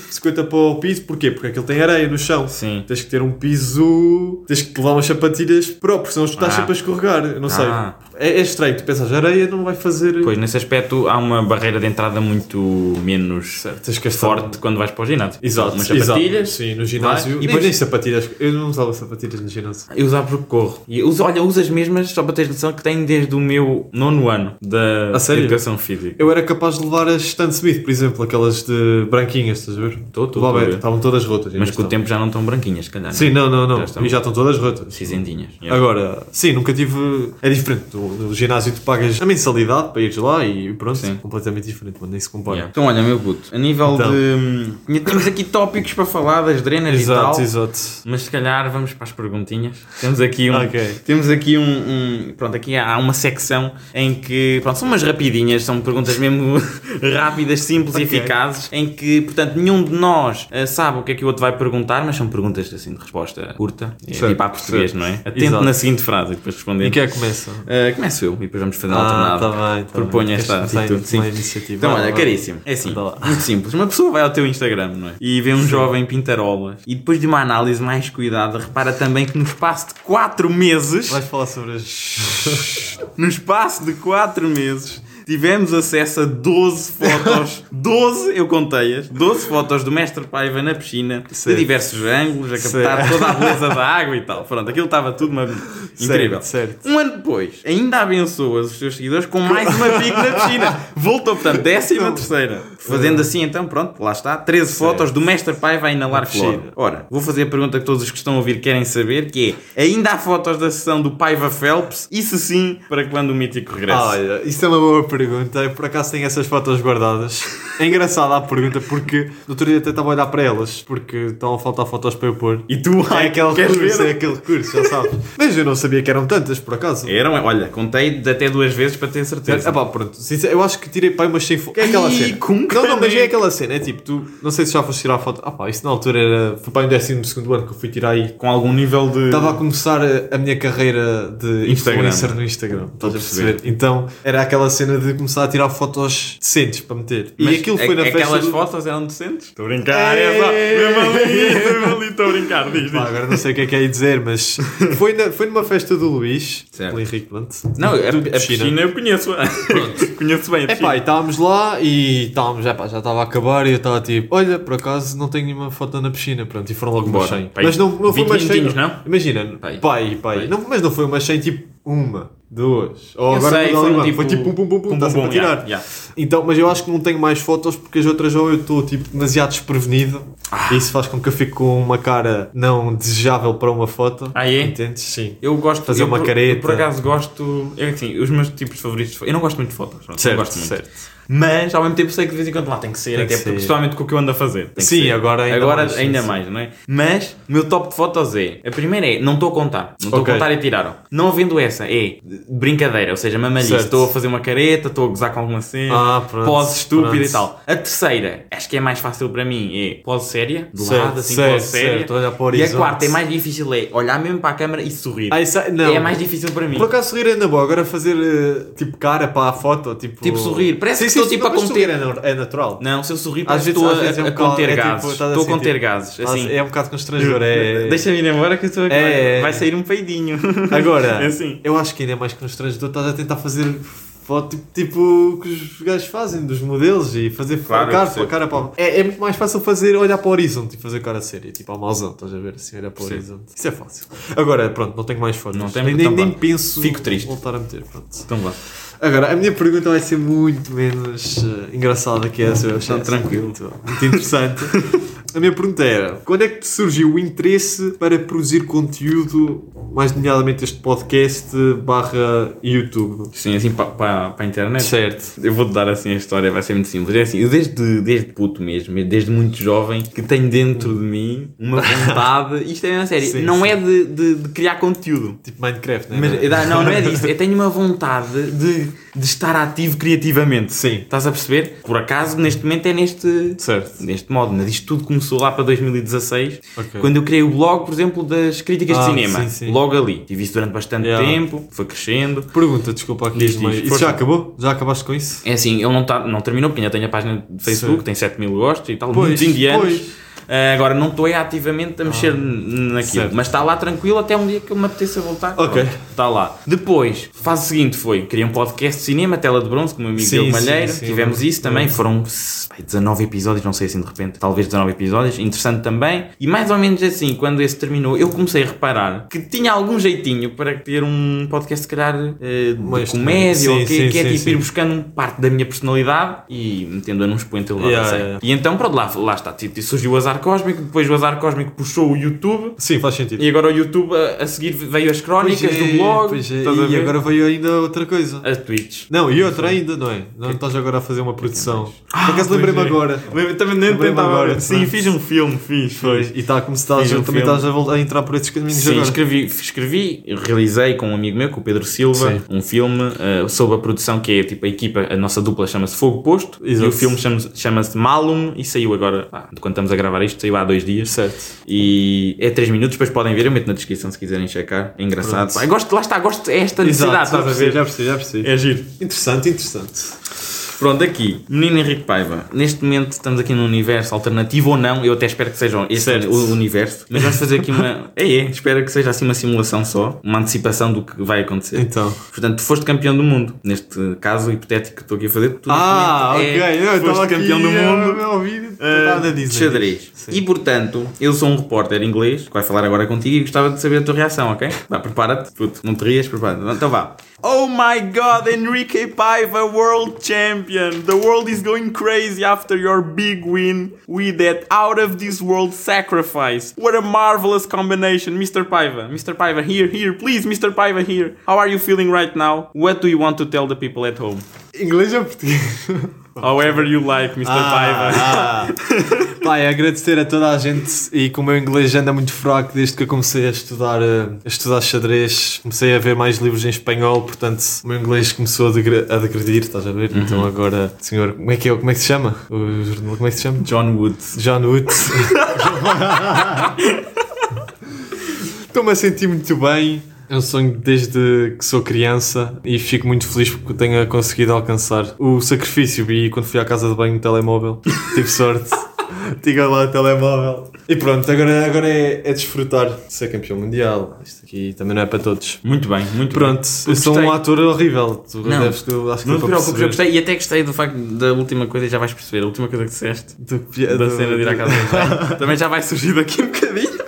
50 para o piso. Porquê? Porque aquilo tem areia no chão.
Sim.
Tens que ter um piso, tens que levar umas sapatilhas próprias, senão tu estás
Ah.
sempre a escorregar. Eu não sei.
Ah.
É, é estranho, tu pensas, areia não vai fazer.
Pois, nesse aspecto há uma barreira de entrada muito menos
Tens que gastar.
forte quando vais para o ginásio.
Exato,
Umas
exato.
sapatilhas.
Sim, no ginásio.
vai.
E
E
depois
depois-
nem sapatilhas. Eu não usava sapatilhas no ginásio.
Eu usava porque corro. E uso, olha, uso as mesmas, só para teres noção, que tenho desde o meu nono ano da
A sério?
educação física.
Eu era capaz de levar as Stan Smith, por exemplo, aquelas de branquinhas, estás a ver?
Tô, tô,
Levava-
tô a ver.
Estavam todas
Mas
rotas. ainda
com o
estavam.
tempo já não é? estão branquinhas, se calhar.
Sim, não, não, não.
Já estão.
e já estão todas rotas.
Cinzentinhas. Yeah.
Agora, sim, nunca tive. É diferente. Do, do ginásio tu pagas a mensalidade para ires lá e pronto,
Sim.
completamente diferente, mas nem se compara.
Yeah. Então, olha, meu puto, a nível
Então.
de. hum, Temos aqui tópicos para falar das drenas e
Exato,
tal.
exato.
Mas se calhar vamos para as perguntinhas. Temos aqui um.
Ok.
Temos aqui um, um- Pronto, aqui há uma secção em que. Pronto, são umas rapidinhas, são perguntas mesmo rápidas, simples e
Ok.
eficazes. Em que, portanto, nenhum de nós eh, sabe o que é que o outro vai perguntar, mas são perguntas assim de resposta curta. É,
Certo,
tipo a português, não é? Atento
Exato.
na seguinte frase e depois responder.
E quem é que começa?
começo eu e depois vamos fazer
Ah,
alternado.
tá bem, tá
Proponho
bem.
esta
Queres começar
atitude.
em-
sim.
uma iniciativa?
Então,
Vai,
olha,
vai.
caríssimo. É assim,
Anda lá.
muito simples. Uma pessoa vai ao teu Instagram, não é? E vê um jovem pintarolas e depois de uma análise mais cuidada, repara também que no espaço de 4 meses,
Vais falar sobre as.
no espaço de 4 meses, tivemos acesso a 12 fotos, 12, eu contei-as, 12 fotos do mestre Paiva na piscina,
Certo.
de diversos ângulos, a captar
Certo.
toda a beleza da água e tal. Pronto, aquilo estava tudo uma... incrível.
certo.
Um ano depois, ainda abençoas os seus seguidores com mais uma pico na piscina. Voltou, portanto, décima terceira. Fazendo assim, então, pronto, lá está. 13 fotos do mestre pai vai inalar
piscina.
cloro. Ora, vou fazer a pergunta que todos os que estão a ouvir querem saber, que é, ainda há fotos da sessão do Paiva Phelps? E se sim, para quando o mítico regressa?
Ah, olha, isso é uma boa pergunta. Eu por acaso tenho essas fotos guardadas. É engraçada a pergunta porque no outro dia até estava a olhar para elas porque estão a faltar fotos para eu pôr.
E tu,
É
ai,
aquele
queres
recurso,
ver?
é aquele recurso, já sabes. Mas eu não sabia que eram tantas, por acaso.
Eram, olha, contei de até duas vezes para ter certeza.
Ah pá, pronto. Sincer- eu acho que tirei para aí umas 100 fotos. Que é
Ai,
aquela cena.
como é, que
não, não, mas
também?
é aquela cena. É tipo, tu, não sei se já foste tirar foto. Ah pá, isso na altura era. Foi para aí no 12 ano que eu fui tirar aí.
Com algum nível de.
Estava a começar a, a minha carreira de
Instagram.
influencer no Instagram. Estás a
perceber.
perceber? Então era aquela cena de começar a tirar fotos decentes para meter.
Mas
e aquilo
a-
foi na festa.
Aquelas
do-
fotos eram decentes? Estou a brincar, é
Ei!
só. Mesmo ali, mesmo ali, estou a brincar, diz,
Pá,
diz.
agora não sei o que é que é aí dizer, mas foi, na- foi numa festa do Luís,
Certo.
pelo Henrique Blunt.
Não, a,
Do-
a Tipo, piscina eu conheço. conheço bem a
É pá, e
piscina.
estávamos lá e estávamos, epá, já estava a acabar e eu estava tipo, olha, por acaso não tenho nenhuma foto na piscina, pronto, e foram logo umas
Bora.
100.
Pá,
Mas não, não foi
20
umas 100.
minutinhos, não?
Imagina,
Pá, aí.
pai,
Pá,
pai,
aí.
não, mas não foi umas 100, tipo, uma, duas, ou
Eu
agora
sei,
mudou ali
foram
uma. foi tipo, pum, pum, pum, pum, está sempre a tirar.
Um yeah, yeah.
Então, mas eu acho que não tenho mais fotos porque as outras ou eu estou tipo demasiado desprevenido
Ah.
e isso faz com que eu fique com uma cara não desejável para uma foto.
Ah, é?
Entendes? Sim.
Eu gosto
Fazer
eu
uma
por-
careta.
Eu por acaso gosto. Eu, assim, os meus tipos favoritos. de fo- Eu não gosto muito de fotos. pronto, não gosto muito. Mas ao mesmo tempo sei que de vez em quando lá tem que ser,
Tem
até
que
porque,
ser.
principalmente com o que eu ando a fazer. Tem que
Sim,
ser.
agora ainda
agora
mais, sim,
ainda
sim.
mais, não é? Mas o meu top de fotos é: a primeira é, não estou a contar, não estou
Ok.
a contar e tiraram. Não havendo essa, é brincadeira, ou seja, mamalhice,
Certo.
estou a fazer uma careta, estou a gozar com alguma cena,
Ah, pronto,
pose estúpida
pronto.
e tal. A terceira, acho que é mais fácil para mim, é pose séria, do
Certo,
lado, assim,
certo,
pose séria.
certo, olhar para o
e a
horizonte.
quarta é mais difícil, é olhar mesmo para a câmara e sorrir.
Ah, isso é- não.
É mais difícil para mim.
Por acaso sorrir ainda bom, agora fazer eh, tipo cara para a foto, tipo.
Tipo sorrir, parece que estou, tipo,
não,
a
mas
conter.
sorrir É, na- é natural.
Não, se eu sorrir,
Às
parece que
vezes-
estou
às vezes é um
a, a
bocado-
conter
é tipo,
gases.
estás a
Estou a conter
sentir-
gases.
Estás-
Assim.
É um bocado constrangedor. É...
Deixa-me ir embora que eu estou a
É, é.
Vai sair um peidinho.
Agora,
É assim.
eu acho que ainda é mais constrangedor, estás a tentar fazer foto tipo, tipo que os gajos fazem dos modelos e fazer
Claro, eu
cara,
percebo.
cara para é, é muito mais fácil fazer olhar para o horizonte e fazer cara séria, tipo ao mauzão, estás a ver assim, olhar para o
Percebo.
horizonte. Isso é fácil. Agora, pronto, não tenho mais fotos.
Não tem-
nem, nem,
então
nem
pronto.
penso
Fico triste.
voltar a meter. Pronto.
Então vá.
Agora, a minha pergunta vai ser muito menos eh, engraçada que essa. eu achei
Não, tranquilo.
Muito, muito interessante. a minha pergunta era: quando é que te surgiu o interesse para produzir conteúdo, mais nomeadamente este podcast eh, barra YouTube?
Sim, assim para a internet.
Certo.
Eu vou-te dar assim a história, vai ser muito simples. É assim, eu desde, desde puto mesmo, desde muito jovem, que tenho dentro de mim uma vontade, isto é mesmo a sério,
Sim,
não
sim.
é de, de- de criar conteúdo.
Tipo Minecraft, né?
Mas, dá- não, não é disso. Eu tenho uma vontade de, de estar ativo criativamente.
Sim.
Estás a perceber? Por acaso, neste momento é neste,
Certo.
neste modo. Mas isto tudo começou lá para 2016,
Ok.
quando eu criei o blog, por exemplo, das críticas
Ah,
de cinema.
sim, sim.
Logo ali. Tive isso durante bastante
Yeah.
tempo, foi crescendo.
Pergunta, desculpa aqui.
Diz, diz,
mas isso
força.
já acabou? Já acabaste com isso?
É assim, ele não, tá, não terminou, porque ainda tenho a página de Facebook,
Sim.
tem 7 mil gostos e tal,
Pois,
muitos indianos.
pois.
Ah, agora não estou ativamente a mexer n- naquilo,
Ah, Certo.
mas está lá tranquilo até um dia que eu me apeteça voltar.
Ok.
Pronto, Está lá. Depois, fase seguinte foi, criei um podcast de cinema, tela de bronze, com o meu amigo
Sim,
Diogo
sim,
Malheiro,
sim. Uhum.
tivemos isso também, foram ai, 19 episódios, não sei assim de repente, talvez 19 episódios, interessante também. E mais ou menos assim, quando esse terminou, eu comecei a reparar que tinha algum jeitinho para ter um podcast, se calhar, eh, de
Mais
comédia,
Um sim,
ou o
sim,
que, que é
sim,
tipo
sim.
ir buscando parte da minha personalidade e metendo-a num expoente elevado.
Yeah,
assim.
yeah.
E então, pronto, lá, lá está. tipo, Surgiu o Azar Cósmico, depois o Azar Cósmico puxou o YouTube
Sim, faz sentido.
e agora o YouTube a, a seguir veio as crónicas
Pois é,
do blog.
pois é,
estás a
e
ver? É.
agora veio ainda outra coisa.
As tweets.
Não, e outra ainda, não é? Não estás agora a fazer uma produção. Por acaso
é pois
lembrei-me
é.
agora.
Lembra- Também nem
Lembrei-me
tentava
agora,
ver. Sim,
pronto.
fiz um filme, fiz.
Pois, e tá está a começar,
Fiz um
também
filme.
estás a, voltar, a entrar por esses caminhos
Sim,
agora.
escrevi, escrevi, realizei com um amigo meu, com o Pedro Silva,
Sim.
um filme eh, sobre a produção que é tipo a equipa, a nossa dupla chama-se Fogo Posto e
Exato.
o filme chama-se chama Malum e saiu agora, pá, de quando estamos a gravar isto, saiu há dois dias.
Certo.
E é 3 minutos, depois podem ver, eu meto na descrição se quiserem checar. É engraçado.
Pronto.
Pá, eu gosto, lá está, gosto, é esta necessidade,
Exato, já
estás a
percebi,
ver?
já percebi, já percebi.
É giro.
Interessante, interessante.
Pronto, aqui, menino Henrique Paiva. Neste momento estamos aqui num universo alternativo ou não, eu até espero que sejam este
Certo.
o universo, mas vamos fazer aqui uma. É, é, espero que seja assim uma simulação só, uma antecipação do que vai acontecer.
Então.
Portanto, tu foste campeão do mundo. Neste caso hipotético que estou aqui a fazer, tu
Ah,
neste
ok.
momento, É,
eu
foste
estava aqui é
campeão do mundo.
a ouvir,
Ah,
estava a
de
dizer.
xadrez.
Sim.
E portanto, eu sou um repórter inglês que vai falar agora contigo e gostava de saber a tua reação, ok? Vá, prepara-te, puto, não te rias, prepara-te. Então vá. Oh my god, Enrique Paiva, world champion! The world is going crazy after your big win with that out of this world sacrifice. What a marvelous combination, Mr. Paiva. Mr. Paiva, here, here, please, Mr. Paiva, here. How are you feeling right now? What do you want to tell the people at home?
Inglês ou português?
However you like, Mr. Paiva.
Ah, ah. Pai, agradecer a toda a gente e como o meu inglês anda muito fraco desde que eu comecei a estudar, eh, a estudar xadrez, comecei a ver mais livros em espanhol, portanto o meu inglês começou a, degre- a degredir, estás a
Uhum.
ver? Então agora, senhor, como é que é? Como é que se chama? O jornal, como é que se chama?
John Wood.
John Woods. Estou-me a sentir muito bem. É um sonho desde que sou criança e fico muito feliz porque tenha conseguido alcançar o sacrifício. E quando fui à casa de banho no telemóvel, tive sorte. Tinha lá o telemóvel. E pronto, agora, agora é, é desfrutar de ser campeão mundial. Isto aqui também não é para todos.
Muito bem, muito bem.
Pronto, eu sou um
Gostei.
ator horrível. Tu
Não.
deves, tu, acho que
Não
deu
te
para
preocupes, eu
perceber.
gostei. E até gostei do facto da última coisa, e já vais perceber, a última coisa que disseste.
Do é pi-
da
do-
cena de ir à casa de banho. Também já vai surgir daqui um bocadinho.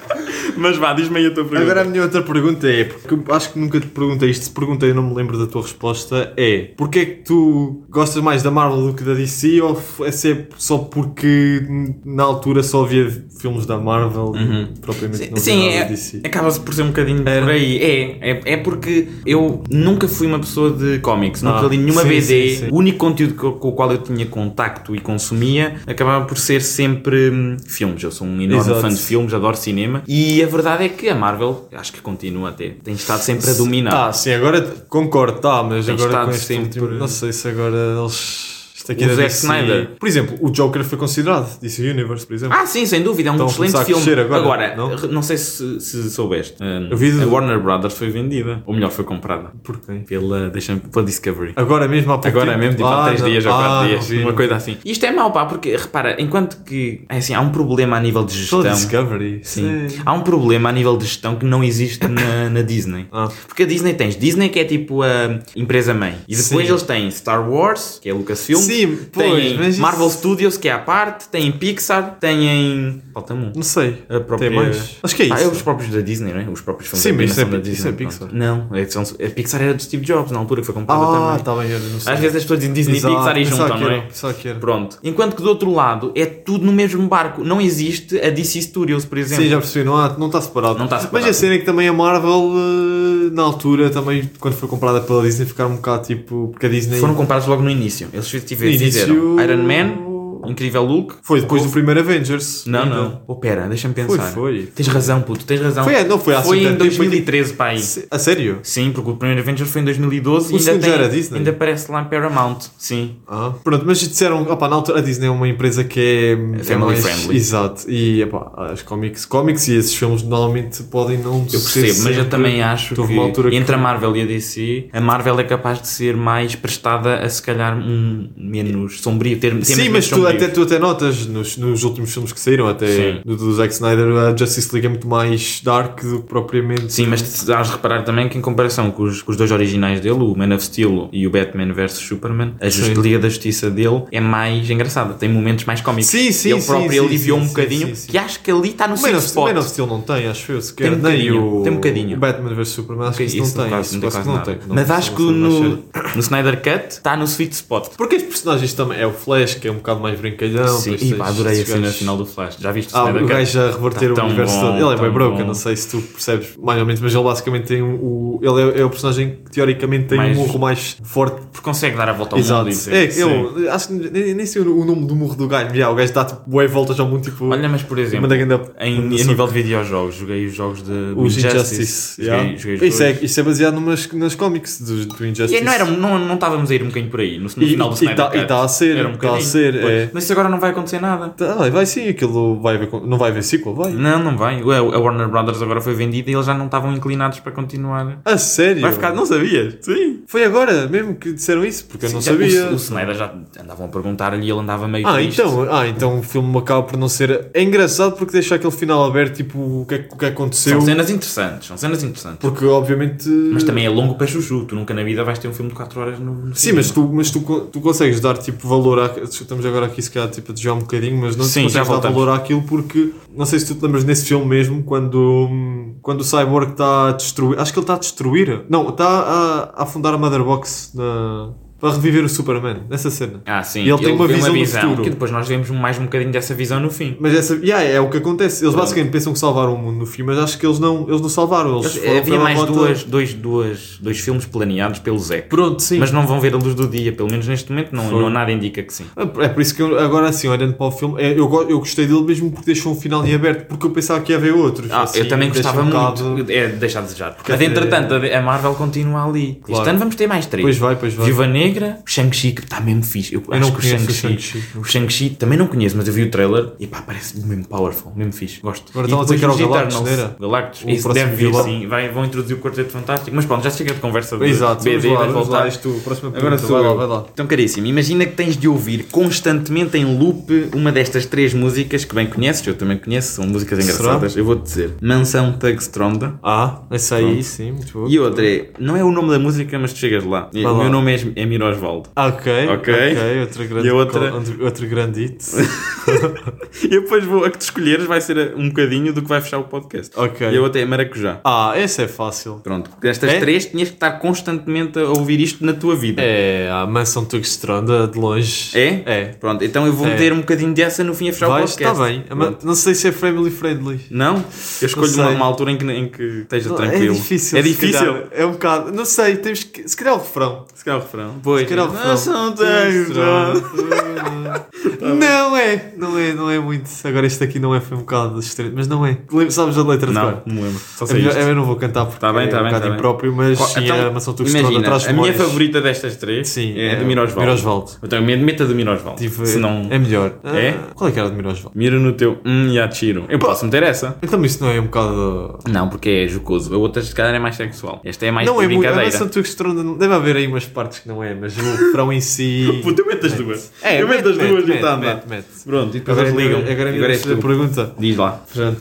Mas vá, diz-me aí a tua pergunta.
Agora a minha outra pergunta é, porque eu acho que nunca te perguntei isto, se perguntei e não me lembro da tua resposta, é porquê é que tu gostas mais da Marvel do que da DC ou f- é ser só porque hum, na altura só havia filmes da Marvel
Uhum.
e propriamente não
Sim,
havia nada
é,
da DC?
acaba-se por ser um bocadinho por aí. É, é, é porque eu nunca fui uma pessoa de cómics, nunca
Ah,
li nenhuma
sim,
BD.
sim, sim.
O único conteúdo co- com o qual eu tinha contacto e consumia acabava por ser sempre hum, filmes. Eu sou um enorme
Exato.
fã de filmes, adoro cinema. E a verdade é que a Marvel, acho que continua até, tem estado sempre a dominar.
Ah, sim, agora t- concordo, tá, mas
Tem
agora
estado
com este
sempre-
último- não sei se agora eles... Isto aqui
O
da
Zack
DC
Snyder.
Por exemplo, o Joker foi considerado, DC Universe, por exemplo.
Ah, sim, sem dúvida, é um
Estão a
excelente
começar a
filme.
crescer agora,
Agora, re-
não?
sei se, se soubeste. hum,
Eu vi de-
A Warner Brothers foi vendida. Ou melhor, foi comprada.
Por quem?
Pela, deixa pela Discovery.
Agora mesmo há pouco
Ah! Agora
tempo?
mesmo, tipo, há
Ah,
3
não.
dias ou 4
Ah,
dias,
não vi,
uma
não
coisa assim. E Isto é mau, pá, porque repara, enquanto que é assim, há um problema a nível de gestão.
Só Discovery.
Sim. Há um problema a nível de gestão que não existe na, na Disney.
Ah.
Porque a Disney tens Disney que é tipo a empresa mãe. E depois
Sim.
eles têm Star Wars, que é Lucasfilm.
Sim, pois,
têm
mas isso-
Marvel Studios, que é à parte. Têm Pixar. Têm. Falta-me um.
Não sei.
A própria...
Tem mais? Acho que é isso.
Ah, é os próprios da Disney, não é? Os próprios filmes
Sim,
de
mas isso é
animação da
Pi-
Disney.
isso é
pronto. Não, é, são- a Pixar era do Steve Jobs na altura, que foi comprada
Ah,
também.
tá bem, eu não sei.
Às vezes as pessoas dizem Disney e
Exato,
Pixar e
pensava
juntam,
que
não
era,
é?
pensava que era.
Pronto. Enquanto que do outro lado é tudo no mesmo barco. Não existe a DC Studios, por exemplo.
Sim, já percebi, não está não tá separado.
Não tá separado.
Mas a cena é que também a Marvel, eh, na altura, também, quando foi comprada pela Disney, ficaram um bocado tipo. Porque a Disney.
Foram comprados logo no início. Eles tiveram,
Início-
fizeram Iron Man, Incrível Hulk.
Foi depois do primeiro Avengers.
Não,
ainda.
não. Oh, pera, deixa-me
Foi,
pensar.
foi.
Tens razão, puto, tens razão.
Foi, não foi há
Foi
assim
em
tanto tempo, foi em
2013, pá aí.
Se- A sério?
Sim, porque o primeiro Avenger foi em 2012
O
e ainda,
segundo
tem,
já era é? Disney?
ainda aparece lá em Paramount. Sim.
Ah, pronto, mas disseram, opa, na altura a Disney é uma empresa que é. é
Family friendly.
Exato, e opa, as comics, comics e esses filmes normalmente podem não
Eu percebo, mas eu também acho
Houve uma altura
que entre
que-
a Marvel e a DC, a Marvel é capaz de ser mais prestada a se calhar um menos sombrio, ter temas
Sim,
menos
mas tu
sombrios.
até, tu até notas nos, nos últimos filmes que saíram, até
Sim.
do, do Zack Snyder, a Justice League é muito mais dark do que propriamente.
Sim, mas te- hás de reparar também que em comparação com os, com os dois originais dele, o Man of Steel e o Batman vs Superman, a Justi-
Sim.
Liga da Justiça dele é mais engraçada, tem momentos mais cómicos.
Sim, sim,
Ele
sim,
próprio
sim,
aliviou
sim,
um
sim,
bocadinho,
sim, sim.
que acho que ali está no
Man
sweet
of, Steel,
spot.
Man of Steel não tem, acho eu, sequer.
Tem um
nem
bocadinho,
o
tem um bocadinho.
Batman vs Superman, acho que isso,
Isso não
não tem.
quase-
Isso
não tem
quase que
quase
não tem.
nada.
Não,
Mas
isso
acho
não
que
sei, não
no,
acho.
no Snyder Cut está no sweet spot.
Porque estes personagens também. É o Flash, que é um bocado mais brincalhão.
Sim,
depois
e
tens
pá, adorei a
esses
cena
gajos-
final do Flash. Já viste o
Ah,
Snyder
o
Cut?
gajo a reverter
é Tá
o
tão
universo
bom,
todo. Ele é bem
tão
broken,
bom.
não sei se tu percebes mais ou menos, mas ele basicamente tem um, o. Ele é, é o personagem que teoricamente tem
Mais-
um morro mais forte
Porque consegue dar a volta ao
Exato.
mundo. e dizer,
É,
sim.
eu acho que nem, nem sei o, o nome do morro do gajo. Já, o gajo dá tipo bué voltas ao mundo, tipo.
Olha, mas por exemplo,
manda ganda-
em,
manda
a
soco.
nível de videojogos, joguei os jogos de do
os
Injustice.
Injustice.
Joguei,
já.
joguei os
isso, é,
dois.
isso é baseado numas, nas cómics do, do Injustice.
E não, era, um- não, não estávamos a ir um bocadinho por aí, no, no
E-
final do
e
Snyder
tá- e
Cut.
tá a ser,
Era um
tá a
bocadinho,
ser,
pois.
é.
Mas isso agora não vai acontecer nada.
Ah, vai sim, aquilo vai haver, con- não vai haver sequel, vai.
Não, não vai. Ué, A Warner Brothers agora foi vendida e eles já não estavam inclinados para continuar.
A sério?
Vai ficar, não sabias? Sim.
Foi agora mesmo que disseram isso, porque eu não
Já-
sabia.
O, o Snyder já andavam a perguntar-lhe e ele andava meio
Ah
triste.
então, ah, então o filme acaba por não ser. É engraçado porque deixa aquele final aberto, tipo, o que, é que- o que aconteceu.
São cenas interessantes, são cenas interessantes.
Porque obviamente.
Mas também é longo para chuchu. Tu nunca na vida vais ter um filme de 4 horas no, no
Sim, mas tu, mas tu, co- tu consegues dar tipo valor à. Estamos agora aqui se calhar tipo, a desviar um bocadinho, mas não
Sim,
Sim,
já
consegues dar
voltamos.
valor àquilo porque não sei se tu te lembras nesse filme mesmo quando, hum, quando o Cyborg está a destruir. Acho que ele está a destruir. Não, está a, a afundar a Mother Box na. para reviver o Superman, nessa cena.
Ah, sim.
E ele tem uma
vê
visão do futuro.
Que depois nós vemos mais um bocadinho dessa visão no fim.
Mas essa, yeah, é o que acontece. Eles basicamente pensam que salvaram o mundo no filme, mas acho que eles não, eles não salvaram. Eles foram
Havia
pela
mais
rota-
duas, dois, duas, dois filmes planeados pelo Zé.
Pronto, sim.
Mas não vão ver a luz do dia, pelo menos neste momento não,
Foram.
não nada indica que sim.
É por isso que eu, agora assim, olhando para o filme, é, eu, go- eu gostei dele mesmo porque deixou um final em aberto, porque eu pensava que ia haver outros.
Ah,
assim,
eu também
deixa
gostava
um bocado-
muito. É, deixa a desejar.
Porque
Mas
até-
entretanto, a- a Marvel continua ali.
Claro.
Este ano vamos ter mais três.
Pois vai, pois vai.
Viva Negra, o Shang-Chi, que está mesmo fixe. Eu,
Eu
acho
não
que o
conheço o
Shang-Chi.
Shang-Chi.
O Shang-Chi também não conheço, mas eu vi o trailer e pá, parece mesmo powerful, mesmo fixe. Gosto. E
Agora estão a dizer
depois
que era o
os
Galactus,
Eternals.
não era?
Galactus.
O
Isso
próximo
deve vir,
vilão.
sim. Vai, vão introduzir o Quarteto Fantástico. Mas pronto, já chega de conversa de
Exato,
BD,
vamos lá,
vai
vamos
voltar.
lá, és tu, próxima
Agora
pergunta,
sou
vai
eu.
lá, vai lá.
Então, caríssimo, imagina que tens de ouvir constantemente em loop uma destas três músicas que bem conheces, eu também conheço, são músicas
Será?
engraçadas. Eu vou-te dizer: Mansão Tugstronda.
Ah, essa aí sim, muito bom.
E outra é, não é o nome da música, mas tu chegas lá. E
Vai
o
lá.
meu nome é Emir Osvaldo.
Ah, Ok,
Ok.
outra grande,
E outra-
outro- outro grande hit.
E depois vou, a que tu escolheres vai ser um bocadinho do que vai fechar o podcast.
Ok.
E eu até Maracujá.
Ah, essa é fácil.
Pronto, destas
É?
três tinhas que estar constantemente a ouvir isto na tua vida.
É a Mansão Tugstronda, de longe.
É?
É.
Pronto, então eu vou
É.
meter um bocadinho dessa no fim a fechar o
Vais,
podcast.
está bem. A ma-
Pronto.
Não sei se é family friendly.
Não? Eu escolho
sei.
uma, uma altura em que, em que esteja
Não,
tranquilo.
É difícil.
É
se
difícil.
calhar. É um bocado. Não sei, temos que. Se calhar é o refrão.
Se calhar o refrão. Pois.
Se calhar é o refrão.
Mansão Tugstronda. Tá
Não é, não é, não é muito. Agora este aqui não é, foi um bocado estranho, mas não é. Lem- Sabes a letra de
Não,
cor?
não me lembro. Só
É
sei
melhor-
isto.
Eu não vou cantar porque
Tá bem, tá
é um
bem,
bocado
tá bem.
impróprio, mas
Qual-
sim,
então,
a Mansão Tugstronda
imagina,
traz
a minha
memórias.
favorita destas três
Sim,
é, a do Mirosval.
Mirosvaldo.
Eu tenho medo medo da do Mirosval.
Tive-
Se não,
É melhor.
É?
Ah, Qual é que era a de Mirosvaldo?
mira no teu hum e atiro. Eu posso meter essa?
Então isso não é um bocado.
Não, porque é jocoso. A outra, se calhar, é mais sexual. Esta é mais
não é muito. A
brincadeira.
Mansão Tugstronda. não- Deve haver aí umas partes que não é, mas o refrão em si. É,
Puta, eu meto as duas. eu
mete,
meto as
mete,
duas e tá,
mete,
está a andar.
mete, mete.
Pronto, e depois
Agora,
eles ligam.
agora, agora,
Agora
agora
és
é a
tu.
pergunta.
Diz lá.
Pronto,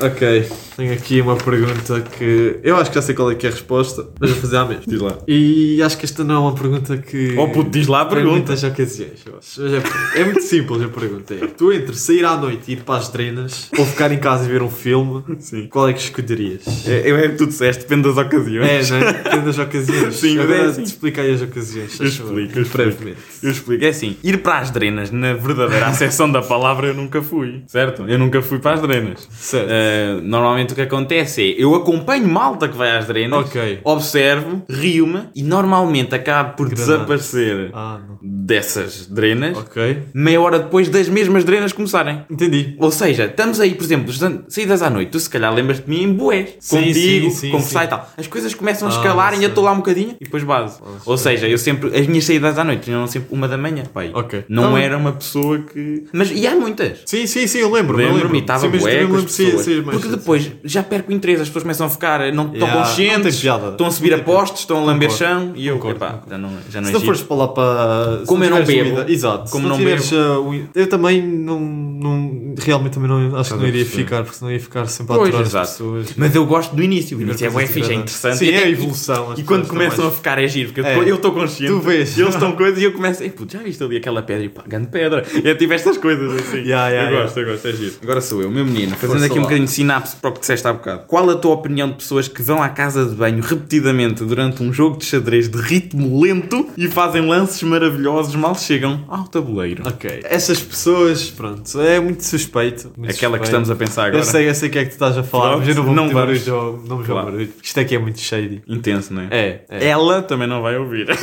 ok. Tenho aqui uma pergunta que eu acho que já sei qual é que é a resposta, mas vou fazer à mesma.
Diz lá.
E acho que esta não é uma pergunta que.
Oh puto, diz lá a
Tem
pergunta.
muitas ocasiões, eu acho. Mas é, é muito simples a pergunta. É, tu entre sair à noite e ir para as drenas ou ficar em casa e ver um filme,
Sim.
qual é que escolherias?
É, eu é tudo certo, depende das
É,
ocasiões.
não é? Depende das ocasiões.
Sim, mas é
Agora
assim.
te expliquei as ocasiões.
Eu
faz favor.
explico, eu explico.
brevemente.
Eu explico. É assim, ir para as drenas, na verdadeira acessão da palavra, eu nunca fui. Certo? Eu nunca fui para as drenas.
Certo.
Eh, normalmente o que acontece é, eu acompanho malta que vai às drenas,
Ok.
observo, rio-me e normalmente acabo por
Granada.
desaparecer
Ah, não.
dessas drenas
Ok.
meia hora depois das mesmas drenas começarem.
Entendi.
Ou seja, estamos aí, por exemplo, estando- saídas à noite, tu se calhar lembras-te de mim em bué,
Sim,
contigo,
sim, sim,
conversar
sim.
e tal. As coisas começam a
Ah,
escalar e eu
sim.
estou lá um bocadinho e depois base. Ou seja, eu sempre, as minhas saídas à noite eram sempre uma da manhã, pai.
Ok.
Não
Tá bem.
era uma pessoa que... Mas, e há muitas.
Sim, sim, sim, eu lembro.
Lembro-me, estava
Sim, mas
bué
também
com as
lembro, sim,
pessoas.
sim, mas- assim,
Porque depois já perco o interesse, as pessoas começam a ficar, eh, não estão
Yeah, não tem
conscientes,
piada.
estão a subir
Não
a
tem piada.
postos, estão a lamber
Concordo,
chão e eu,
concordo,
epá, já não, já não
Se
é
não
giro.
fores para lá para. se
Como eu não
tiveres
bebo,
uma ida- Exato.
como não
se não, tiveres, uh, um- Eu também não, não. Realmente também não. Acho que não
a
iria
perceber.
ficar, porque senão ia ficar sempre a
Pois,
aturar as
exato.
pessoas.
Mas eu gosto do início, o início é
coisas
bué fixe, é
degradantes.
interessante.
Sim,
E até-
é a evolução, as
E quando
pessoas
começam
estão
a ficar é giro, porque eu
É.
tô- eu estou consciente.
Tu vês.
E eles estão coisas e eu começo. Ei, puto, já viste ali aquela pedra? E pá, grande pedra. E eu tive estas coisas assim.
Yeah, yeah,
eu
yeah.
gosto, eu gosto, é giro. Agora sou eu, meu menino, fazendo
Força
aqui um
lá.
bocadinho de sinapse para o que disseste há bocado. Qual a tua opinião de pessoas que vão à casa de banho repetidamente durante um jogo de xadrez de ritmo lento e fazem lances maravilhosos mal chegam ao tabuleiro?
Ok. Essas pessoas, pronto, é muito suspeito. muito
Aquela que
suspeito.
estamos a pensar
Eu
agora.
sei, eu sei o que é que tu estás a falar,
Pronto,
mas eu não vou
não
meter barulho,
vamos.
ao- não me vou
Claro.
barulho. Isto aqui é muito shady.
Intenso, não é?
É, é.
Ela também não vai ouvir.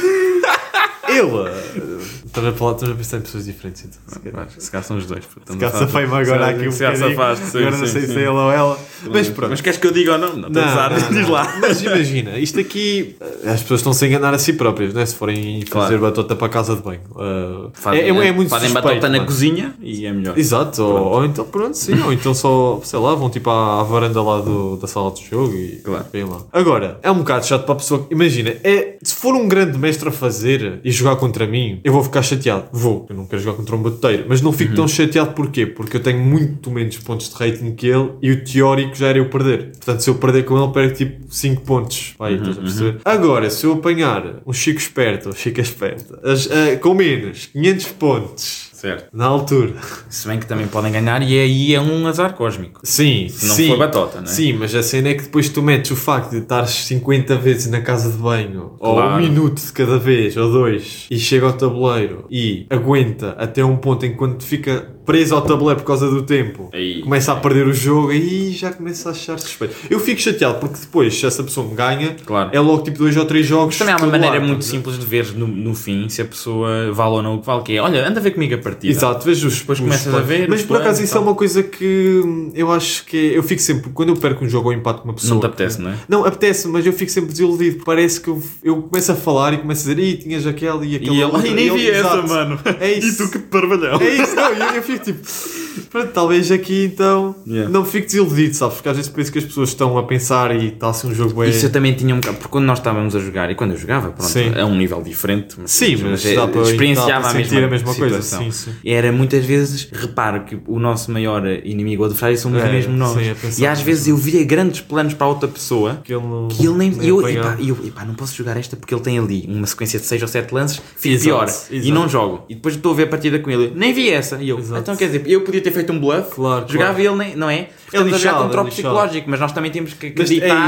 Eu! uh, Estamos a falar, estamos a pensar em pessoas diferentes. Então, se calhar.
Se calhar são os dois. portanto,
Se calhar
não sabe.
safei-me agora aqui um
Se calhar
bocadinho.
safaste, sim,
Agora não
sim,
sei
sim.
se é ele ou ela. Mas pronto.
Mas queres que eu diga ou não? Não, estou a usar. diz lá.
Mas imagina, isto aqui as pessoas estão-se a enganar a si próprias, não é? Se forem fazer
Claro.
batota para a casa de banho. Uh,
Fazem,
é, é, é
eh,
muito
Fazem
suspeito,
batota na
mano.
cozinha e é melhor.
Exato, ou, ou então pronto, sim, ou então só, sei lá, vão tipo à, à varanda lá do- da sala de jogo e
Claro.
vêm lá. Agora, é um bocado chato para a pessoa que, imagina, é, se for um grande mestre a fazer e jogar contra mim, eu vou ficar chateado. Vou, eu não quero jogar contra um bateiro, mas não fico tão chateado porquê? Porque eu tenho muito menos pontos de rating que ele e o teórico já era eu perder. Portanto, se eu perder com ele, perco tipo 5 pontos. Vai, estás a perceber? Agora, eh, se eu apanhar um Chico esperto ou Chica esperta, as- ah, com menos 500 pontos.
Certo.
Na altura.
Se bem que também podem ganhar e aí é um azar cósmico.
Sim,
Se não
sim.
for batota, não é?
Sim, mas a cena é que depois tu metes o facto de estares 50 vezes na casa de banho, ou um
Claro.
minuto de cada vez, ou dois, e chega ao tabuleiro e aguenta até um ponto em que quando fica preso ao tabuleiro por causa do tempo,
Aí.
começa a perder o jogo e já começa a achar suspeito. Eu fico chateado porque depois, se essa pessoa me ganha,
Claro.
é logo tipo dois ou três jogos.
Também há uma
de tabuleiro,
maneira muito
estás a ver?
simples de ver no, no fim se a pessoa vale ou não o que vale, que é, olha, anda a ver comigo a partida.
Exato, vejo os Depois
começas a ver
Mas
os
por acaso
planos e
isso é
tal.
uma coisa que hum, eu acho que é- eu fico sempre, quando eu perco um jogo ou empato com uma pessoa.
Não te apetece, não é?
Não, apetece, mas eu fico sempre desiludido. Parece que eu, eu começo a falar e começo a dizer, ih, tinhas aquela e aquela.
ele,
outra",
"Ai, nem
eu,
vi essa,
"Exato."
mano."
É isso.
parvalhão.
É isso, não, eu, eu fico tipo, pronto, talvez aqui então
Yeah.
não fico desiludido, sabes? Porque às vezes penso que as pessoas estão a pensar e está assim um jogo bem.
Isso eu também tinha um bocado, porque quando nós estávamos a jogar e quando eu jogava, pronto,
Sim.
é um nível diferente, mas,
Sim, mas dá para- dá
experienciava
para
a mesma,
sentir a mesma coisa,
situação.
sim, sim.
Era muitas vezes, reparo que o nosso maior inimigo ou adversário somos
É,
mesmo nós.
sim, é pensar
e às vezes eu via grandes planos para outra pessoa
que ele não.
que ele nem. eu,
apanhava.
epá, eu, epá, não posso jogar esta porque ele tem ali uma sequência de 6 ou 7 lances, fico
Exato,
pior e
exato.
não jogo. E depois estou a ver a partida com ele, nem vi essa. E eu,
Exato.
então quer dizer, eu podia ter feito um bluff,
Claro,
jogava
claro.
ele, nem, não é? Portanto, a jogar
lixado,
com um troco
é lixado.
psicológico, mas nós também temos que
Mas
acreditar